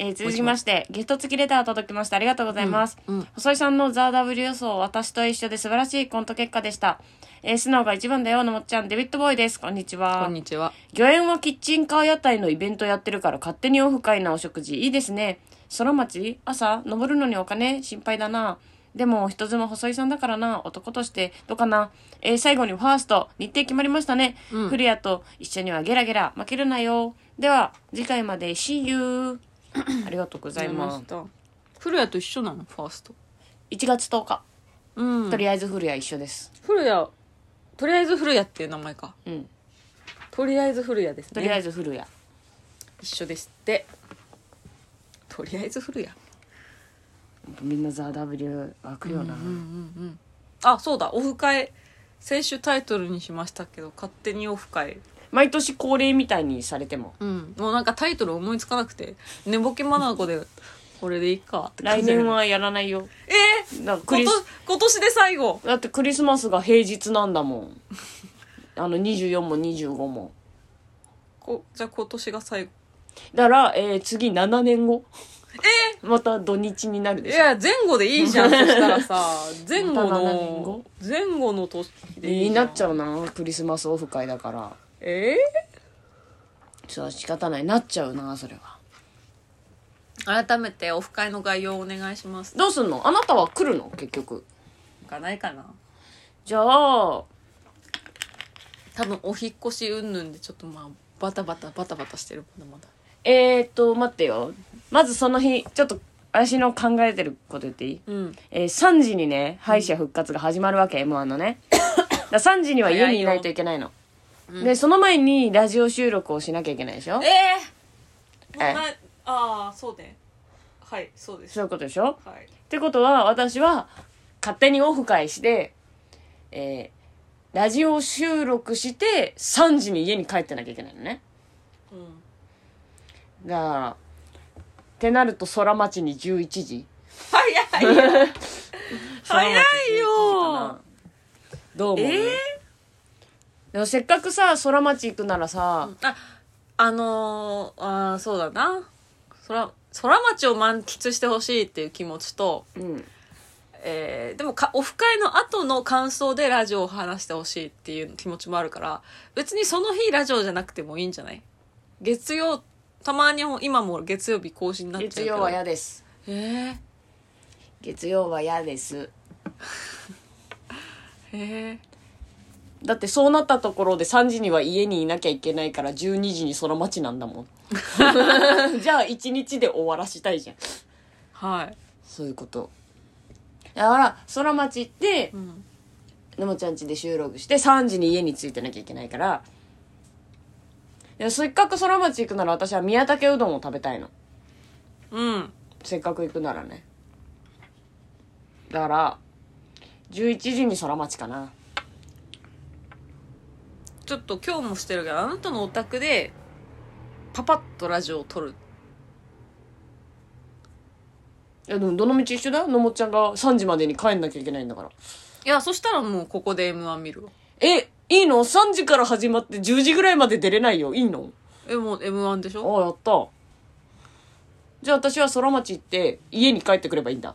S1: えー続きましてゲスト付きレター届きましたありがとうございます、
S2: うん
S1: 細井さんのザ・ W 予想私と一緒で素晴らしいコント結果でした、えー、素直が一番だよのもっちゃんデビッドボーイですこんにちは
S2: こんにちは
S1: 魚園はキッチンカー屋台のイベントやってるから勝手にオフ会なお食事いいですね空町朝登るのにお金心配だなでも人妻細井さんだからな男としてどうかな、えー最後にファースト日程決まりましたね、
S2: うん
S1: フリアと一緒にはゲラゲラ負けるなよでは次回まで See [coughs] you ありがとうございます
S2: た古谷と一緒なのファースト
S1: 1月10日、
S2: うん
S1: とりあえず古谷一緒です
S2: 古谷とりあえず古谷っていう名前か
S1: うん
S2: とりあえず古谷ですね
S1: とりあえず古谷、
S2: 一緒ですってとりあえず古谷
S1: みんなザ・ W 開くよな、
S2: うんうんうんあそうだオフ会先週タイトルにしましたけど勝手にオフ会
S1: 毎年恒例みたいにされても
S2: うん、もうなんかタイトル思いつかなくて寝ぼけまなこでこれでいいかって感
S1: 来
S2: じ
S1: 年はやらないよ
S2: えー、
S1: だからク
S2: 今
S1: リ
S2: 年
S1: ス
S2: 今年で最後
S1: だってクリスマスが平日なんだもん [laughs] あの24も25も
S2: こじゃあ今年が最後
S1: だから、えー次7年後えまた土日になる
S2: い
S1: でしょ
S2: や前後でいいじゃんそした [laughs] らさ前後
S1: また7年
S2: の
S1: 後
S2: 前後の年でいい
S1: に
S2: じゃ
S1: なんっちゃうなクリスマスオフ会だから
S2: え
S1: ちょっと仕方ないなっちゃうなそれは
S2: ー、改めてオフ会の概要をお願いします
S1: どうすんのあなたは来るの結局
S2: かないかな
S1: じゃあ
S2: 多分お引っ越し云々でちょっとまあバタバタバタバタしてるまだまだ
S1: えー、っと待ってよまずその日ちょっと私の考えてること言っていい、
S2: うん
S1: えー3時にね敗者復活が始まるわけ、m 1のねだから3時には家にいないといけないの
S2: うん
S1: でその前にラジオ収録をしなきゃいけないでしょ
S2: えー、
S1: え
S2: なああそうねはいそうです
S1: そういうことでしょ
S2: はい
S1: ってことは私は勝手にオフ会して、えーラジオ収録して3時に家に帰ってなきゃいけないのね
S2: うん
S1: だからってなると空町に11時
S2: [laughs] 早いよ早いよ
S1: どう思う、
S2: えー
S1: でもせっかくさ空町行くならさ、
S2: ああのー、あーそうだな空空町を満喫してほしいっていう気持ちと、
S1: うん、
S2: えーでもかオフ会の後の感想でラジオを話してほしいっていう気持ちもあるから別にその日ラジオじゃなくてもいいんじゃない月曜たまにも今も月曜日更新になっちゃうけ
S1: 月
S2: ど
S1: 曜は嫌です
S2: えー、
S1: 月曜は嫌です
S2: え
S1: だってそうなったところで3時には家にいなきゃいけないから12時に空町なんだもんじゃあ1日で終わらしたいじゃん
S2: ー、はい、
S1: そういうことだから空町行って
S2: うん、
S1: のもちゃん家で収録して3時に家に着いてなきゃいけないからいやせっかく空町行くなら私は宮武うどんを食べたいの
S2: うん、
S1: せっかく行くならねだから11時に空町かな
S2: ちょっと今日もしてるけどあなたのお宅でパパッとラジオを撮る
S1: いやでもどの道一緒だよのもちゃんが3時までに帰んなきゃいけないんだから
S2: いやそしたらもうここで m 1見るわ
S1: えいいの ?3 時から始まって10時ぐらいまで出れないよいいの
S2: えもう m 1でし
S1: あ
S2: ょ
S1: あやったじゃあ私は空町行って家に帰ってくればいいんだ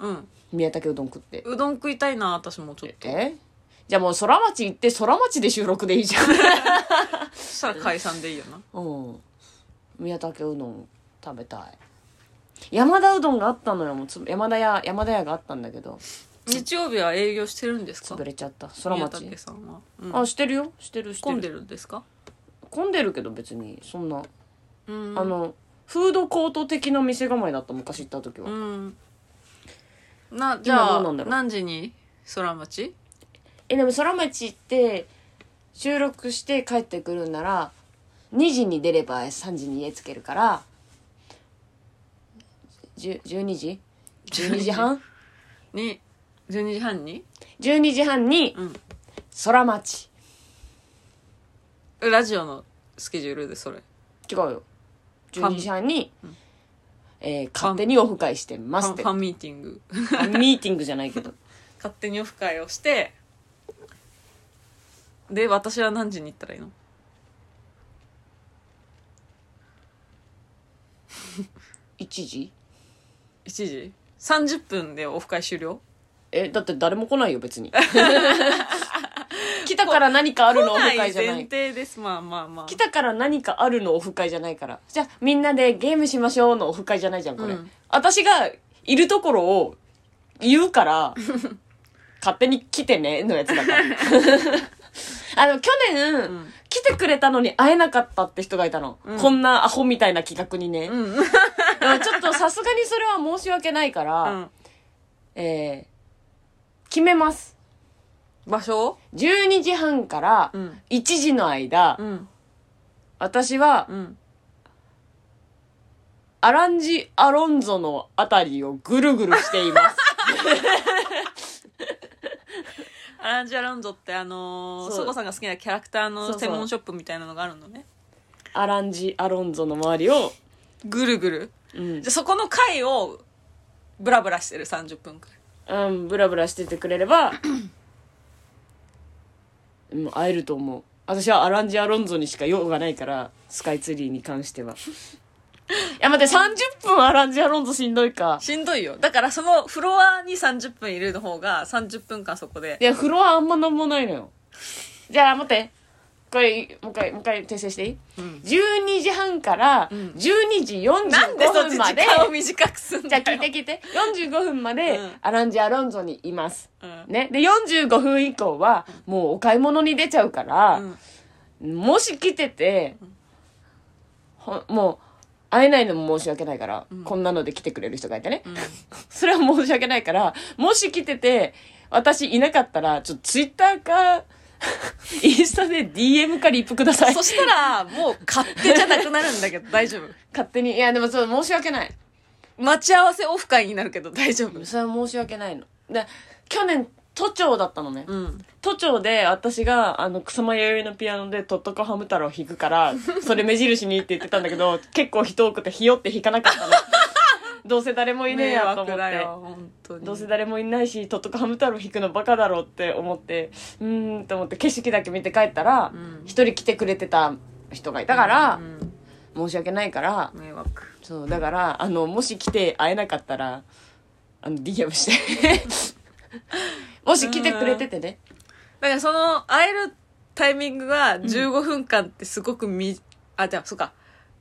S2: うん
S1: 宮武うどん食って
S2: うどん食いたいな私もちょっと
S1: えじゃあもう空町行って空町で収録でいいじゃん。 [laughs]
S2: そしたら解散でいいよな
S1: うん。宮武うどん食べたい。山田うどんがあったのよ。もうつ山田屋、山田屋があったんだけど、
S2: 日曜日は営業してるんですか
S1: 潰れちゃった。空
S2: 宮
S1: 町
S2: 武。さんは、うん
S1: あ、してるよ。してる、してる。
S2: 混んでるんですか
S1: 混んでるけど別に、そんな。
S2: うん
S1: あの、フードコート的な店構えだった、昔行った時は。
S2: うんなじゃ
S1: どうな
S2: あ
S1: んだろう
S2: 何時に空町
S1: え、でも空町行って、収録して帰ってくるんなら、2時に出れば3時に家つけるから、じゅ12時12時半
S2: に12時半に
S1: ?12 時半に
S2: うん、
S1: 空町。
S2: ラジオのスケジュールでそれ
S1: 違うよ。12時半に
S2: うん、
S1: えー勝手にオフ会してま
S2: フ
S1: す
S2: ァ
S1: っ
S2: ン
S1: て。
S2: ファンミーティング
S1: ミーティングじゃないけど。
S2: 勝手にオフ会をしてで私は何時に行ったらいいの
S1: 1時
S2: ?1 時30分でオフ会終了
S1: え、だって誰も来ないよ、別に。 [laughs] 来たから何かあるのオ
S2: 来
S1: フ
S2: な
S1: 会
S2: い
S1: じゃな
S2: 前
S1: い。
S2: 提ですまあまあまあ
S1: 来たから何かあるのオフ会じゃないから。じゃあ、みんなでゲームしましょうのオフ会じゃないじゃん、これ。
S2: うん
S1: 私がいるところを言うから、 [laughs] 勝手に来てね、のやつだから。 [laughs] あの、去年、
S2: うん
S1: 来てくれたのに会えなかったって人がいたの。
S2: うん
S1: こんなアホみたいな企画にね。
S2: うん
S1: [laughs] でもちょっとさすがにそれは申し訳ないから、
S2: うん
S1: えー決めます。
S2: 場所
S1: 12時半から
S2: うん
S1: 1時の間、
S2: うん
S1: 私は
S2: うん
S1: アランジ・アロンゾのあたりをぐるぐるしています。
S2: アランジアロンドってあのー、
S1: そう
S2: そこさんが好きなキャラクタ
S1: そ
S2: ー
S1: うそ
S2: の
S1: う
S2: 専門ショップみたいなのがあるのね。
S1: アランジ・アロンゾの周りを、
S2: ぐるぐる。
S1: うん
S2: じゃ、あそこの回を、ブラブラしてる30分くらい。
S1: うん、ブラブラしててくれれば、うん、会えると思う。私はアランジ・アロンゾにしか用がないから、スカイツリーに関しては。いや、待って、30分アランジ・アロンゾしんどいか。
S2: しんどいよ。だからそのフロアに30分いるの方が30分間そこで
S1: い。や、フロアあんまなんもないのよ。じゃあ、待って。これ、もう一回、もう一回訂正していい、?12 時半から
S2: うん
S1: 12時
S2: なんでそ
S1: 45分
S2: っち時
S1: まで、
S2: 間を短くすん
S1: じ
S2: だ
S1: ゃあ
S2: よ。
S1: 聞いて聞いて。45分まで
S2: うん
S1: アランジ・アロンゾにいます。
S2: うん。
S1: ね。で、45分以降はもうお買い物に出ちゃうから、
S2: うん
S1: もし来てて、ほもう会えないのも申し訳ないから、こんなので来てくれる人がいてね。
S2: うん
S1: [laughs] それは申し訳ないから、もし来てて、私いなかったら、ちょっとツイッターか、 [laughs] インスタで DM かリップください。
S2: そしたら、もう勝手じゃなくなるんだけど大丈夫。
S1: 勝手に。いや、でもそう、申し訳ない。
S2: 待ち合わせオフ会になるけど大丈夫。
S1: それは申し訳ないの。で、去年、都庁だったのね。
S2: うん。
S1: 都庁で私があの草間弥生のピアノで「とっとこハム太郎」弾く
S2: [laughs]
S1: からそれ目印にって言ってたんだけど結構人多くてひよって弾かなかったのどうせ誰もいねえやと思って。
S2: 本当に。
S1: どうせ誰もいないし、とっとこハム太郎弾くのバカだろうって思って、うーんと思って景色だけ見て帰ったら
S2: うん、
S1: 一、人来てくれてた人がいたから
S2: う、ん
S1: 申し訳ないから、
S2: 迷惑。
S1: そう、だから、あの、もし来て会えなかったら、あの、DM
S2: [laughs]
S1: して。もし来てくれててね。
S2: だからその、会えるタイミングが15分間ってすごくみ、あ、じゃあ、そっか。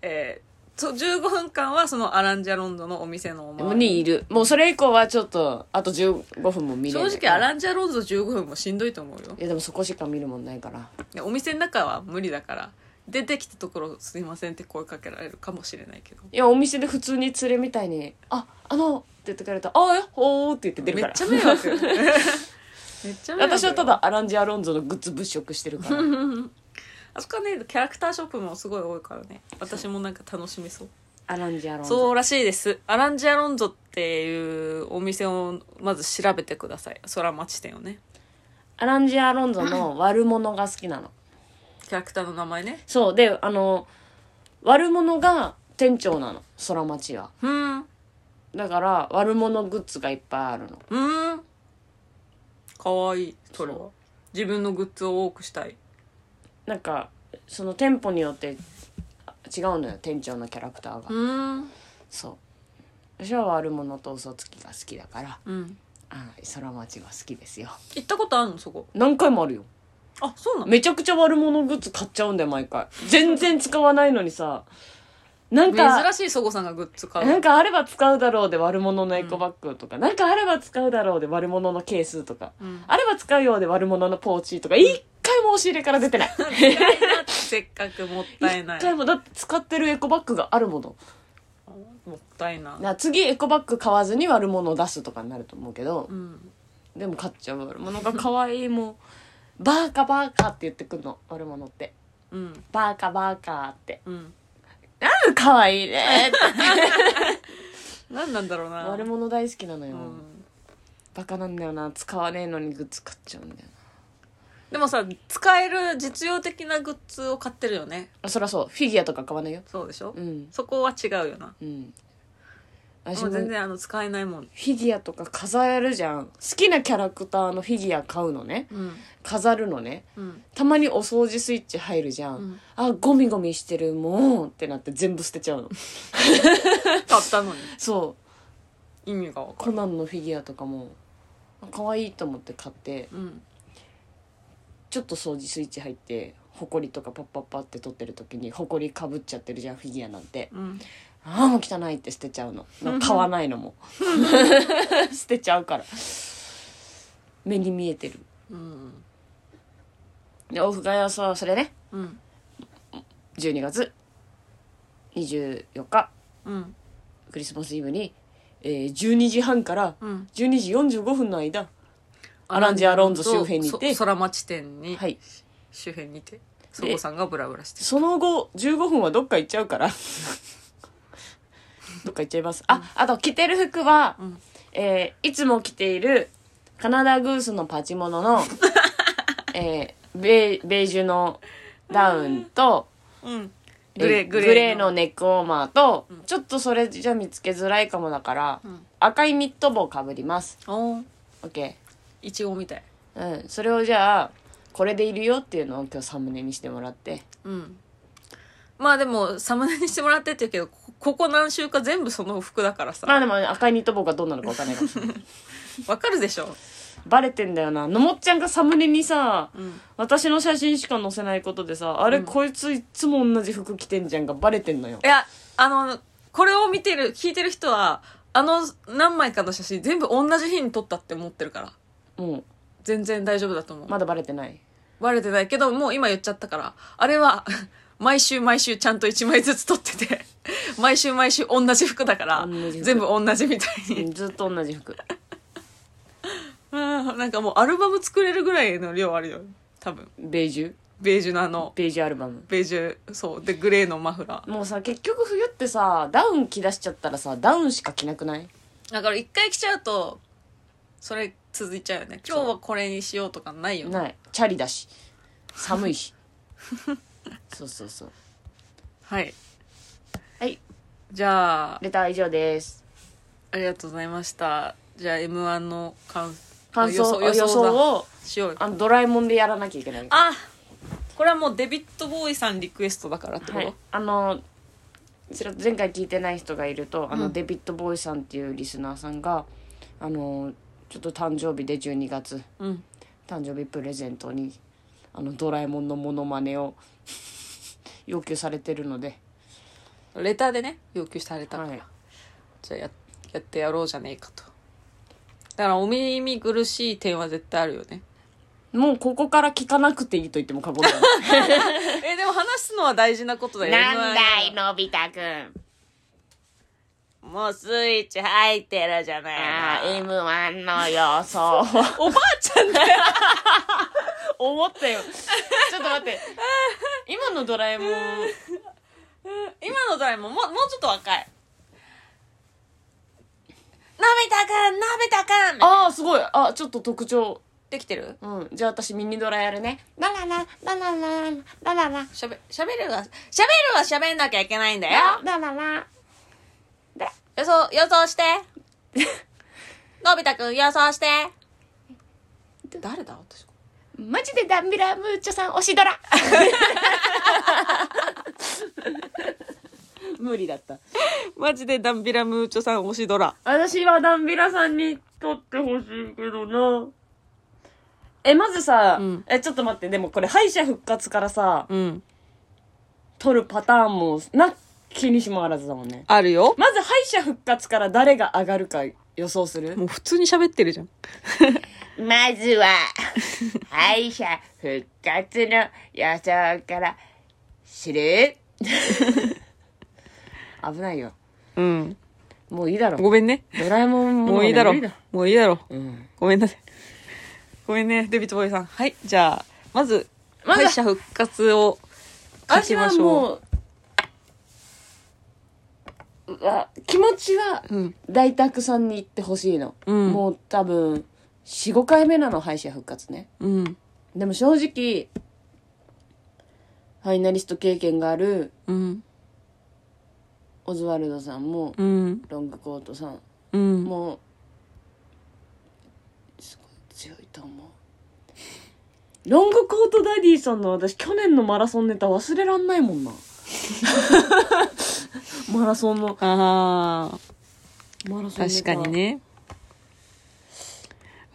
S2: えー、そう、15分間はそのアランジャロンドのお店のお
S1: も
S2: 前。
S1: にいる。もうそれ以降はちょっと、あと15分も見れ
S2: 正
S1: る。
S2: 直アランジャロンド15分もしんどいと思うよ
S1: いやでもそこしか見るもんないから。
S2: でお店の中は無理だから出てきたところすいませんって声かけられるかもしれないけど
S1: いや、お店で普通に連れみたいに、あ、あの、って言ってくれたら、あ、え、ほーって言って出る
S2: め
S1: か
S2: っ
S1: ら。
S2: ちゃ迷惑よ [laughs] めっちゃ迷惑
S1: [laughs]
S2: よ
S1: 私はただアランジ・アロンゾのグッズ物色してるから。
S2: あそこはねキャラクターショップもすごい多いからね私もなんか楽しめそう
S1: アランジ・アロンゾ。
S2: そうらしいですアランジアロンゾっていうお店をまず調べてください空町店をね
S1: アランジ・アロンゾの悪者が好きなの。
S2: キャラクターの名前ね
S1: そう。で、あの、悪者が店長なの。空町は。
S2: うんう
S1: だから、悪者グッズがいっぱいあるの。
S2: んかわいいそれは
S1: そう
S2: 自分のグッズを多くしたい
S1: なんか、その店舗によってあ違うのよ、店長のキャラクターが。
S2: うん
S1: そう私は悪者と嘘つきが好きだから
S2: うん
S1: あ空町が好きですよ
S2: 行ったことあるのそこ
S1: 何回もあるよ
S2: あそうなの
S1: めちゃくちゃ悪者グッズ買っちゃうんだよ毎回全然使わないのにさなんか
S2: 珍しいそごさんがグッズ買う
S1: なんかあれば使うだろうで悪者のエコバッグとか、なんかあれば使うだろうで悪者のケースとか、
S2: うん
S1: あれば使うようで悪者のポーチとか一回も押し入れから出てない
S2: せっかくもったい
S1: 一
S2: ない
S1: 回もだって使ってるエコバッグがあるもの
S2: もったいな
S1: な次エコバッグ買わずに悪者を出すとかになると思うけど、
S2: うん
S1: でも買っちゃう悪者が可愛いもうバーカバーカって言ってくんの悪者って
S2: うん
S1: バーカバーカって
S2: うん
S1: うん可愛いねって
S2: 何なんだろうな
S1: 悪者大好きなのよ、
S2: うん
S1: バカなんだよな使わねえのにグッズ買っちゃうんだよな
S2: でもさ使える実用的なグッズを買ってるよね
S1: あそりゃそうフィギュアとか買わないよ
S2: そうでしょ、
S1: うん
S2: そこは違うよな
S1: うん私
S2: も
S1: も
S2: う全
S1: フ
S2: 然あの使えないもん
S1: ィギュアとか飾えるじゃん好きなキャラクターのフィギュア買うのね
S2: うん
S1: 飾るのね
S2: うん
S1: たまにお掃除スイッチ入るじゃん、
S2: うん
S1: あゴミゴミしてるもんってなって全部捨てちゃうの
S2: 買ったのに
S1: そう
S2: 意味が分か
S1: コ
S2: る
S1: ナンのフィギュアとかもあ可愛いと思って買って
S2: うん
S1: ちょっと掃除スイッチ入ってほこりとかパッパッパって取ってる時にほこりかぶっちゃってるじゃんフィギュアなんて
S2: うん
S1: ああもう汚いって捨てちゃうのなんか買わないのも捨てちゃうから目に見えてる
S2: うん
S1: でオフ会はそうそれね
S2: うん
S1: 12月24日
S2: うん
S1: クリスマスイブに、えー12時半から
S2: うん
S1: 12時45分の間アランジアロンゾ周辺にて
S2: そ空町店に、
S1: はい
S2: 周辺にてそごさんがブラブラしてる
S1: その後、15分はどっか行っちゃうから。 [laughs] どっか行っちゃいます。あ、あと着てる服は、
S2: うん [laughs]
S1: えーいつも着ている、カナダグースのパチモノの、えーベーベージュのダウンと、
S2: うん。
S1: え
S2: グレー、
S1: グレーの。ネックウォーマーと、ちょっとそれじゃ見つけづらいかもだから、
S2: うん
S1: 赤いニット帽かぶります。
S2: おー
S1: OK。
S2: いちごみたい。
S1: うん。それをじゃあ、これでいるよっていうのを今日サムネにしてもらって。
S2: うん。まあでも、サムネにしてもらってって言うけど、こここ何週か全部その服だからさ。
S1: まあ
S2: わ、
S1: でも赤いニット帽がどうなるかわかんないから。
S2: かるでしょ。
S1: バレてんだよな。のもっちゃんがサムネにさ、
S2: うん。
S1: 私の写真しか載せないことでさ、あれ、こいついつも同じ服着てんじゃんがバレてんのよ。
S2: いや、あの、これを見てる、聞いてる人は、あの何枚かの写真全部同じ日に撮ったって思ってるから。
S1: も
S2: 全然大丈夫だと思
S1: う、
S2: う。
S1: まだバレてない。
S2: バレてないけど、もう今言っちゃったから、あれは、 [laughs] 毎週毎週ちゃんと1枚ずつ撮ってて、 [laughs] 毎週毎週同じ服だから
S1: 同じ、服
S2: 全部同じみたいに。
S1: ずっと同じ服。
S2: あーなんかもうアルバム作れるぐらいの量あるよ。多分。
S1: ベージュ
S2: ベージュのあの、
S1: ベージュアルバム。
S2: ベージュ、そう。で、グレーのマフラ
S1: もうさ、結局冬ってさ、ダウン着出しちゃったらさ、ダウンしか着なくない
S2: ー。だから一回着ちゃうと、それ続いちゃうよね。今日はこれにしようとかないよね。
S1: ない。チャリだし。寒い [laughs] し。そうそうそう。
S2: はい。
S1: はい。
S2: じゃあ、
S1: レター以上です。
S2: ありがとうございました。じゃあ M1 の感
S1: 感
S2: 予想
S1: 想、予想
S2: だ
S1: を、
S2: しようよ。
S1: あの、ドラえもんでやらなきゃいけない。
S2: あこれはもうデビッド・ボーイさんリクエストだからってこと、
S1: はい、あのちょっと前回聞いてない人がいるとあの、
S2: うん
S1: デビッド・ボーイさんっていうリスナーさんがあのちょっと誕生日で12月
S2: うん
S1: 誕生日プレゼントにあのドラえもんのモノマネを [laughs] 要求されてるので、
S2: レターでね要求されたから、
S1: はい
S2: じゃあややってやろうじゃねえかとだからお耳苦しい点は絶対ある [laughs] よね
S1: もうここから聞かなくていいと言っても過言では
S2: えでも話すのは大事なことだよ
S1: [laughs] ないなんだい
S2: M1
S1: のび太くん
S2: もうスイッチ入ってるじゃない
S1: ああ m 1の予想
S2: おばあちゃ [laughs] んだよ
S1: [laughs] 思ったよちょっと待 [laughs] って今のドラ [laughs] えもん
S2: 今のドラえもんもうもうちょっと若いなめたくんなめたくん
S1: ああすごいあちょっと特徴
S2: できてる
S1: うん、じゃあ私ミニドラやるね。ラララ、ラララ、ラララ、ララ
S2: しゃべしゃべるはしゃべるは喋んなきゃいけないんだよ
S1: ラララ。
S2: 予想、予想して。のび太くん予想して。誰だ私。
S1: マジでダンビラムーチョさん推しドラ。 [laughs] 無理だった。
S2: マジでダンビラムーチョさん推しドラ。
S1: 私はダンビラさんに撮ってほしいけどな。え、まずさ、
S2: うん
S1: え、ちょっと待って、でもこれ敗者復活からさ、
S2: うん。
S1: 撮るパターンも、な、気にしもあらずだもんね。
S2: あるよ。
S1: まず敗者復活から誰が上がるか予想する
S2: もう普通に喋ってる [laughs] じゃん。
S1: まずは、敗者復活の予想から、知
S2: [laughs]
S1: る危ないよ。
S2: うん。
S1: もういいだろ。
S2: ごめんね。
S1: ドラえもん
S2: もういいだろ
S1: 無理。
S2: もういいだろ。
S1: うん。
S2: ごめんなさい。ごめんね、デビットボーイさん。はい。じゃあ、まず、
S1: まず
S2: 敗者復活を書き
S1: 私
S2: ま
S1: は
S2: しょう。
S1: もう、うわ気持ちは、
S2: うん。
S1: 大沢さんに行ってほしいの。
S2: うん
S1: もう多分、4、5回目なの、敗者復活ね。
S2: うん。
S1: でも正直、ファイナリスト経験がある
S2: うん。
S1: オズワルドさんも、
S2: うん。
S1: ロングコートさん
S2: うん。
S1: もうすごい強いと思うロングコートダディさんの私去年のマラソンネタ忘れらんないも
S2: [laughs]
S1: んなマラソンの
S2: ああ。
S1: マラソンネタ
S2: 確かにね。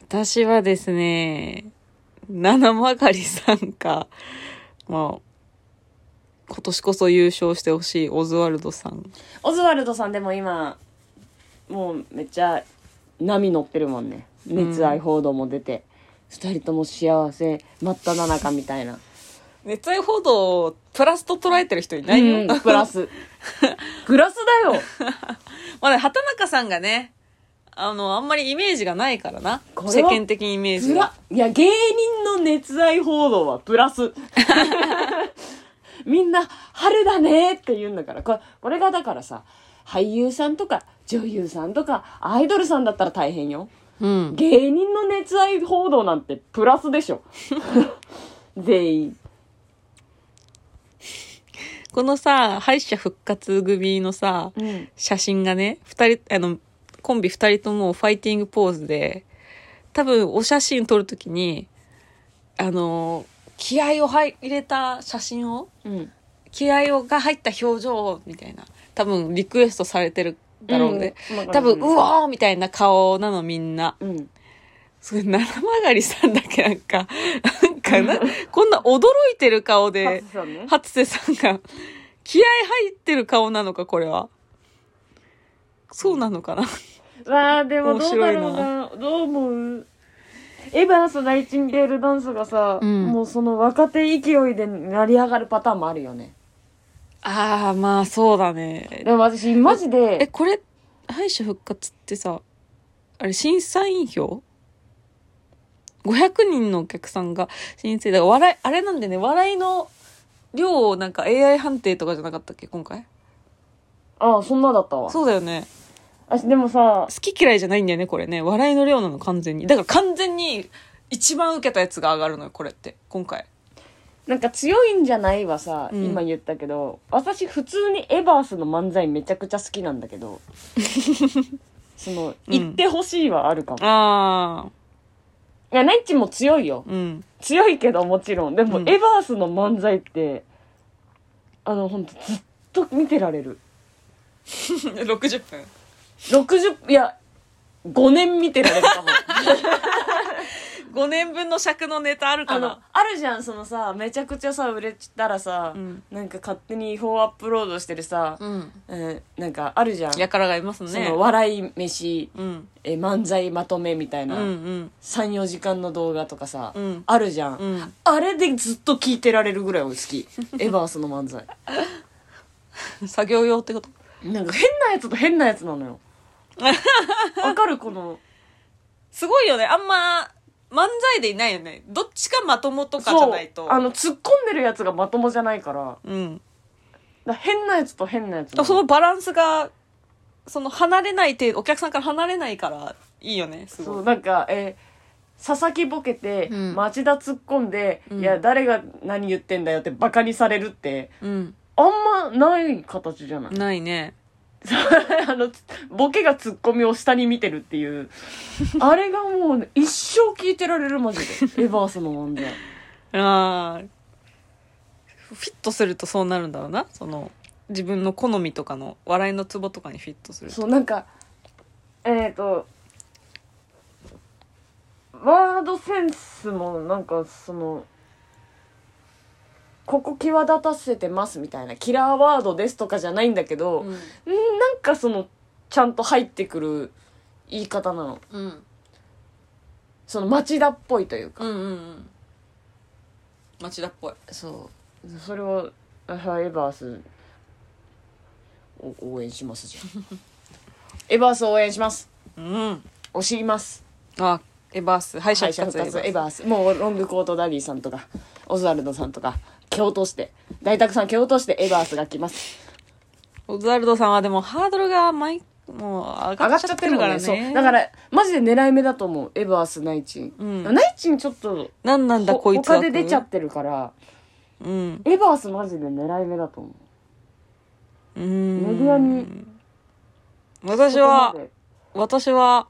S2: 私はですね、七曲りさんか、まあ、今年こそ優勝してほしいオズワルドさん。
S1: オズワルドさんでも今もうめっちゃ波乗ってるもんね熱愛報道も出て、二人とも幸せ真っ只中みたいな
S2: 熱愛報道をプラスと捉えてる人いないよ。
S1: うんプラ
S2: [laughs]
S1: スプラスだよ
S2: まあね、畑中さんがね、あの、あんまりイメージがないからな。
S1: これ
S2: 世
S1: は
S2: 間的イメージ
S1: プラ
S2: が。
S1: いや芸人の熱愛報道はプラス [laughs] みんな春だねって言うんだからこれこれがだからさ俳優さんとか女優さんとかアイドルさんだったら大変よ
S2: うん。
S1: 芸人の熱愛報道なんてプラスでしょ。 [laughs] 全員。
S2: このさ、敗者復活組のさ、
S1: うん。
S2: 写真がね、二人、あの、コンビ二人ともファイティングポーズで、多分お写真撮るときに、あの、気合を入れた写真を、
S1: うん。
S2: 気合をが入った表情を、みたいな、多分リクエストされてるだろうね。
S1: うん
S2: 多分、うおーみたいな顔なのみんな。
S1: うん。
S2: すごい、七曲りさんだけなんか、なんかな、こんな驚いてる顔で
S1: [laughs] 初、さんね。
S2: 初瀬さんが、気合入ってる顔なのか、これは。そうなのかな。
S1: わあでもどうだろう
S2: 面
S1: などう思うエヴァース第一にレールダンスがさ、
S2: うん
S1: もうその若手勢いで成り上がるパターンもあるよね
S2: ああ、まあそうだ
S1: で
S2: ね。
S1: も私マジ
S2: え、
S1: で
S2: これ、敗者復活ってさ、あれ、審査員票 ?500 人のお客さんが申請だ。笑い、あれなんでね、笑いの量をなんか AI 判定とかじゃなかったっけ、今回。
S1: ああそんなだったわ
S2: そうだよね。
S1: 私でもさ
S2: 好き嫌いじゃないんだよねこれね笑いの量なの完全にだから完全に一番受けたやつが上がるのよこれって今回
S1: なんか強いんじゃないはさ、
S2: うん
S1: 今言ったけど私普通にエヴァースの漫才めちゃくちゃ好きなんだけ
S2: [laughs]
S1: どその
S2: うん
S1: 言ってほしいはあるかも、い
S2: ああ
S1: やナイチも強いよ
S2: うん [laughs]
S1: 強いけどもちろんでも、
S2: うん
S1: エヴァースの漫才ってあのほんとずっと見てられる
S2: 60分
S1: 60いや5年見てられるかも
S2: 5年分の尺のネタあ
S1: [laughs]
S2: る
S1: あ
S2: か
S1: の
S2: な
S1: あるじゃんそのさめちゃくちゃさ売れたらさ、
S2: うん
S1: なんか勝手に違法アップロードしてるさ、
S2: うん
S1: うんなんかあるじゃん、
S2: やからがいます
S1: そ
S2: ね
S1: の笑い飯
S2: うん
S1: え漫才まとめみたい
S2: うん
S1: な、
S2: うん
S1: 34時間の動画とかさ、
S2: うん
S1: あるじゃん、
S2: うん
S1: あれでずっと聞いてられるぐらい俺好 [laughs] きエヴァースの漫才
S2: 作業用ってこと
S1: なんか変なやつと変なやつなの
S2: [laughs]
S1: よわかるこの
S2: すごいよねあんま漫才でいないよねどっちかまともとかじゃ
S1: そう
S2: ないと
S1: あの突っ込んでるやつがまともじゃないから
S2: うん
S1: だ変なやつと変なやつ
S2: そのバランスがその離れない程度お客さんから離れないからいいよねす
S1: そ
S2: ご
S1: う
S2: い
S1: なんかえー佐々木ボケて、
S2: うん
S1: 町田突っ込んで、
S2: うん
S1: いや誰が何言ってんだよってバカにされるって
S2: うん
S1: あんまない形じゃない
S2: ないね
S1: [laughs] あのつボケが突っ込みを下に見てるっていうあれがもうね、一生聞いてられるマジでエヴァースの漫才
S2: ああフィットするとそうなるんだろうなその自分の好みとかの笑いのツボとかにフィットする
S1: そうなんかえっ、とワードセンスもなんかそのここ際立たせてますみたいなキラーワードですとかじゃないんだけど、
S2: う
S1: ん
S2: ん
S1: なんかそのちゃんと入ってくる言い方なの
S2: うん
S1: その町田っぽいというか、
S2: うんうん町田っぽい
S1: そうそれははいエバースを応援しますじゃんエバース応援します
S2: うん
S1: 推します
S2: あエバース敗者
S1: 敗
S2: 復
S1: 者
S2: 活
S1: 復活エ
S2: エバー
S1: バースもうロングコートダディさんとかオズワルドさんとか蹴落として大沢さん蹴落としてエバースが来ます
S2: スオズワルドさんはでもハードルが毎もう上
S1: 上
S2: が
S1: がっ
S2: っ
S1: ち
S2: ち
S1: ゃ
S2: ゃ
S1: っ
S2: ってて
S1: る
S2: る
S1: か
S2: からら
S1: ね
S2: ね
S1: そうだからマジで狙い目だと思うエバースナイチン、
S2: うん
S1: ナイチンちょっと
S2: なんなんだ
S1: ほ
S2: こいつは
S1: 他で出ちゃってるから
S2: うん
S1: エバースマジで狙い目だと思う
S2: うん
S1: メディアに
S2: 私
S1: こ
S2: は
S1: こまで
S2: 私は、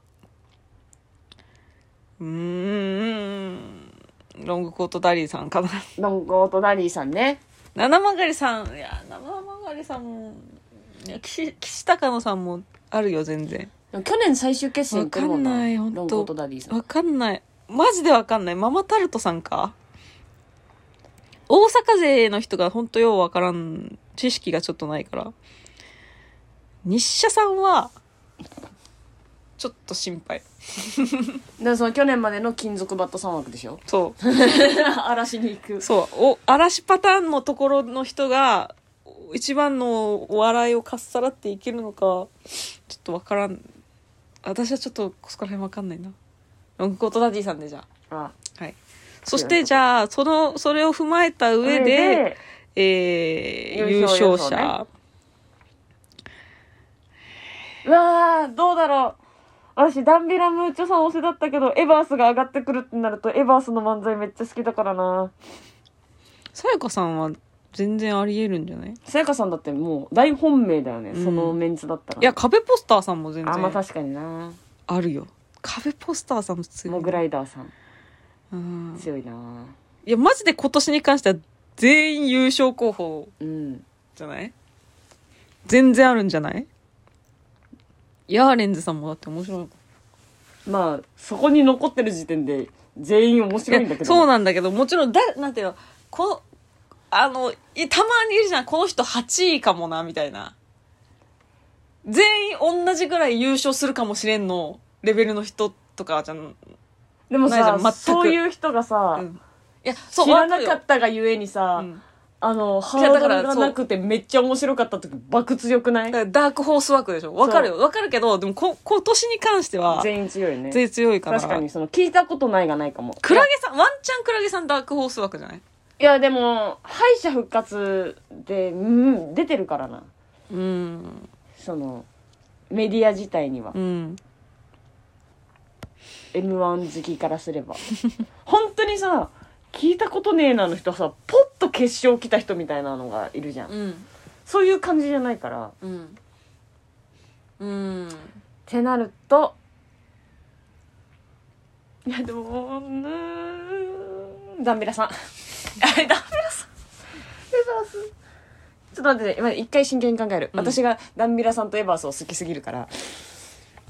S2: うーん、ロングコートダディさんかな。
S1: ロングコートダディさんね
S2: 七曲りさん、いや、七曲りさんも、いや岸、岸高野さんもあるよ、全然。
S1: でも去年最終決戦行ってるもん
S2: わかんない
S1: ロ
S2: ほ
S1: ン
S2: んと
S1: グコートダディさん
S2: わかんない。マジでわかんない。ママタルトさんか大阪勢の人がほんとようわからん、知識がちょっとないから。日射さんは、ちょっと心配。
S1: でその去年までの金属バット3枠でし
S2: [laughs]
S1: ょ
S2: そう。
S1: 嵐に行く
S2: そう、お、嵐パターンのところの人が、お一番のお笑いをかっさらっていけるのか、ちょっとわからん。私はちょっと、そこら辺わかんないな。ロングコートダディさんでじゃ
S1: あ
S2: あ。はい。そして、じゃあ、その、それを踏まえた上で、えー、
S1: 優
S2: 優
S1: 勝
S2: 勝
S1: 予
S2: 者
S1: 想ね。うわーどうだろう私ダンビラムーチョさん推しだったけどエバースが上がってくるってなるとエバースの漫才めっちゃ好きだからな
S2: さやかさんは全然ありえるんじゃない
S1: さやかさんだってもう大本命だよね、
S2: うん
S1: そのメンツだったら
S2: いや壁ポスターさんも全
S1: あまあ
S2: 然
S1: 確かにな
S2: あるよ壁ポスターさんも強い
S1: モグライダーさん
S2: うん
S1: 強いな
S2: やマジで今年に関しては全員優勝候補
S1: うん
S2: じゃない全然あるんじゃないヤーレンズさんもだって面白い
S1: まあそこに残ってる時点で全員面白いんだけど
S2: そう
S1: な
S2: なんだけどもちろんだなんていうのこあのいたまにいるじゃんこの人8位かもなみたいな全員同じぐらい優勝するかもしれんのレベルの人とかじゃん、
S1: でも
S2: ないじ
S1: さ
S2: ゃん全く
S1: そういう人がさ、
S2: うん、いやそう
S1: 知らなか
S2: わ
S1: っ
S2: る
S1: たがゆえにさ、
S2: ようん
S1: あのハ
S2: いや
S1: ー
S2: だ
S1: ド
S2: か
S1: ル
S2: ら
S1: がなくてめっちゃ面白かった時爆強くない
S2: だからダークホース枠でしょわかるよわかるけどでもこ今年に関しては
S1: 全員強いね
S2: 全員強いから
S1: 確かにその聞いたことないがないかも
S2: クラゲさんワンチャンクラゲさんダークホース枠じゃない
S1: いやでも敗者復活で、うん、出てるからな
S2: うん
S1: そのメディア自体には、
S2: うん
S1: m 1好きからす
S2: [laughs]
S1: れば本当にさ聞いたことねえなの人はさポッと決勝来た人みたいなのがいるじゃん、
S2: うん
S1: そういう感じじゃないからっ
S2: うんうん
S1: てなるといやでもうーんダンビラさんエ
S2: あれダメ
S1: [laughs] バースちょっと待ってね今一回真剣に考える、
S2: うん
S1: 私がダンビラさんとエバースを好きすぎるから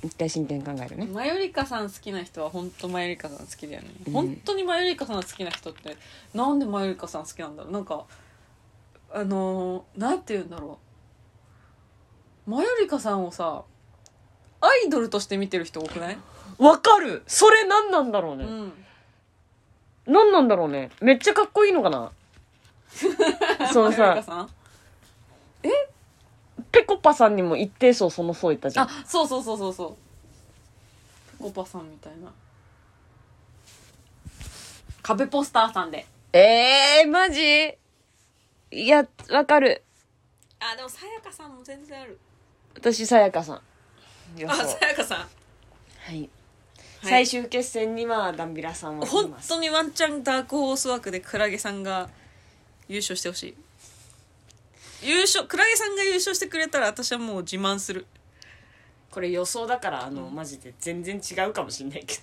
S1: 一回真剣に考えるね
S2: マヨリカさん好きな人は本当マヨリカさん好きだよね、
S1: うん
S2: 本当にマヨリカさん好きな人ってなんでマヨリカさん好きなんだろうなんかあのー、なんて言うんだろうマヨリカさんをさアイドルとして見てる人多くない、
S1: わかるそれ何なんだろう
S2: う
S1: ね、
S2: ん、
S1: 何なんだろうねめっちゃかっこいいのか [laughs] なその
S2: マヨリ
S1: さ
S2: カさん
S1: ぺこぱさんにも一定層その層いったじゃん
S2: あそうそうそうそうそうぺこぱさんみたいな壁ポスターさんで
S1: ええー、マジいやわかる
S2: あでもさやかさんも全然ある
S1: 私さやかさん予
S2: あ
S1: 想
S2: さやかさん
S1: はい、最終決戦にはダンビラさんはい
S2: 本
S1: ます
S2: 当にワンチャンダークホース枠でクラゲさんが優勝してほしい優勝クラゲさんが優勝してくれたら私はもう自慢する
S1: これ予想だからあのマジで全然違うかもしれないけ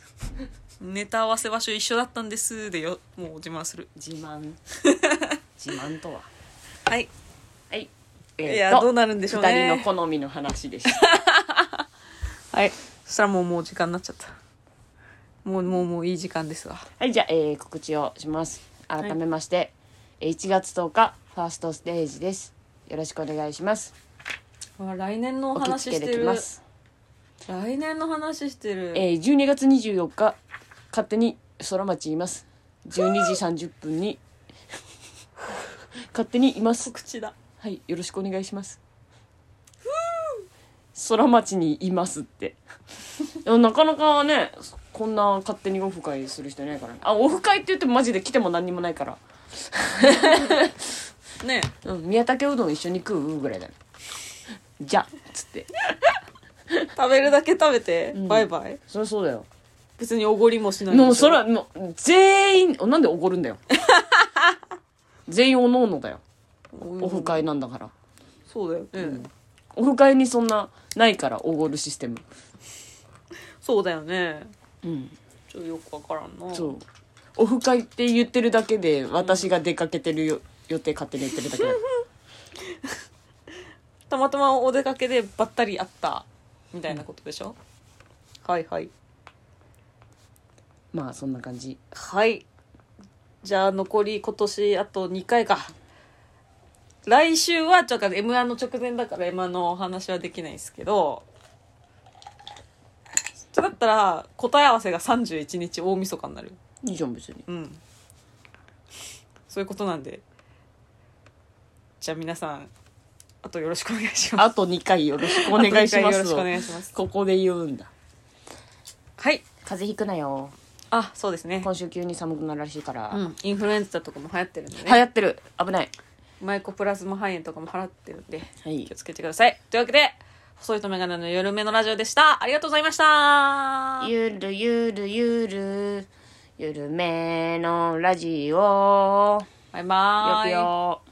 S1: ど
S2: ネタ合わせ場所一緒だったんですでよもう自慢する
S1: 自
S2: [laughs]
S1: 慢自慢とは
S2: はい
S1: はい
S2: い
S1: えー
S2: や
S1: と
S2: どうなるんでしょうね
S1: 二人の好みの話でした
S2: [laughs] はいそしたらもうもう時間になっちゃったもうもうもういい時間ですわ
S1: はいじゃあ、えー告知をします改めまして、えー1月10日ファーストステージですよろしくお願いします
S2: 来年のお
S1: お気
S2: 話
S1: 付け
S2: して
S1: でき
S2: る
S1: ます
S2: 来年の話してる、
S1: えー、12月24日勝手に空町います12時30分
S2: [laughs]
S1: に勝手にいます
S2: 告知だ
S1: はいよろしくお願いします空町にいますってでもなかなかねこんな勝手にオフ会する人いないからねあオフ会って言ってもマジで来ても何にもないから、
S2: ね
S1: うん、宮武うどん一緒に食うぐらいだねじゃっつって
S2: 食べるだけ食べて、
S1: ん
S2: バイバイ
S1: そりゃそうだよ
S2: 別におごりもしない
S1: もう
S2: でしょ
S1: そらもう全員おなんで怒るんだよ全員おのおのだよオフ会なんだから、
S2: そうだよね、
S1: オフ会にそんなないからおごるシステム
S2: そうだよね
S1: うん
S2: ちょっとよくわからんな
S1: そうオフ会って言ってるだけで私が出かけてるよ予定勝手に言ってるだけ [laughs] だ
S2: たまたまお出かけでばったり会ったみたいなことでしょ、はいはい
S1: まあそんな感じ
S2: はいじゃあ残り今年あと2回か来週はちょっと m 1の直前だから m 1のお話はできないですけどだったら答え合わせが31日大晦日になる
S1: いいじゃん別に
S2: うんそういうことなんでじゃあ皆さんあとよろしくお願いします
S1: あと2回よろしくお願いしま
S2: あと一回よろ
S1: す
S2: しくお
S1: を
S2: 願いします。
S1: ここで言うんだ
S2: はい。
S1: 風邪ひくなよ
S2: あ、そうですね。
S1: 今週急に寒くなるらしいから、
S2: うん、インフルエンザとかも流行ってるんで
S1: 流行
S2: ね。
S1: ってる危ない
S2: マイコプラズマ肺炎とかも払ってるんで、
S1: はい
S2: 気をつけてください。というわけで、細いとメガネの緩めのラジオでした。ありがとうございました。
S1: ゆるゆるゆるゆるめのラジオ
S2: バイバーイ。
S1: よくよ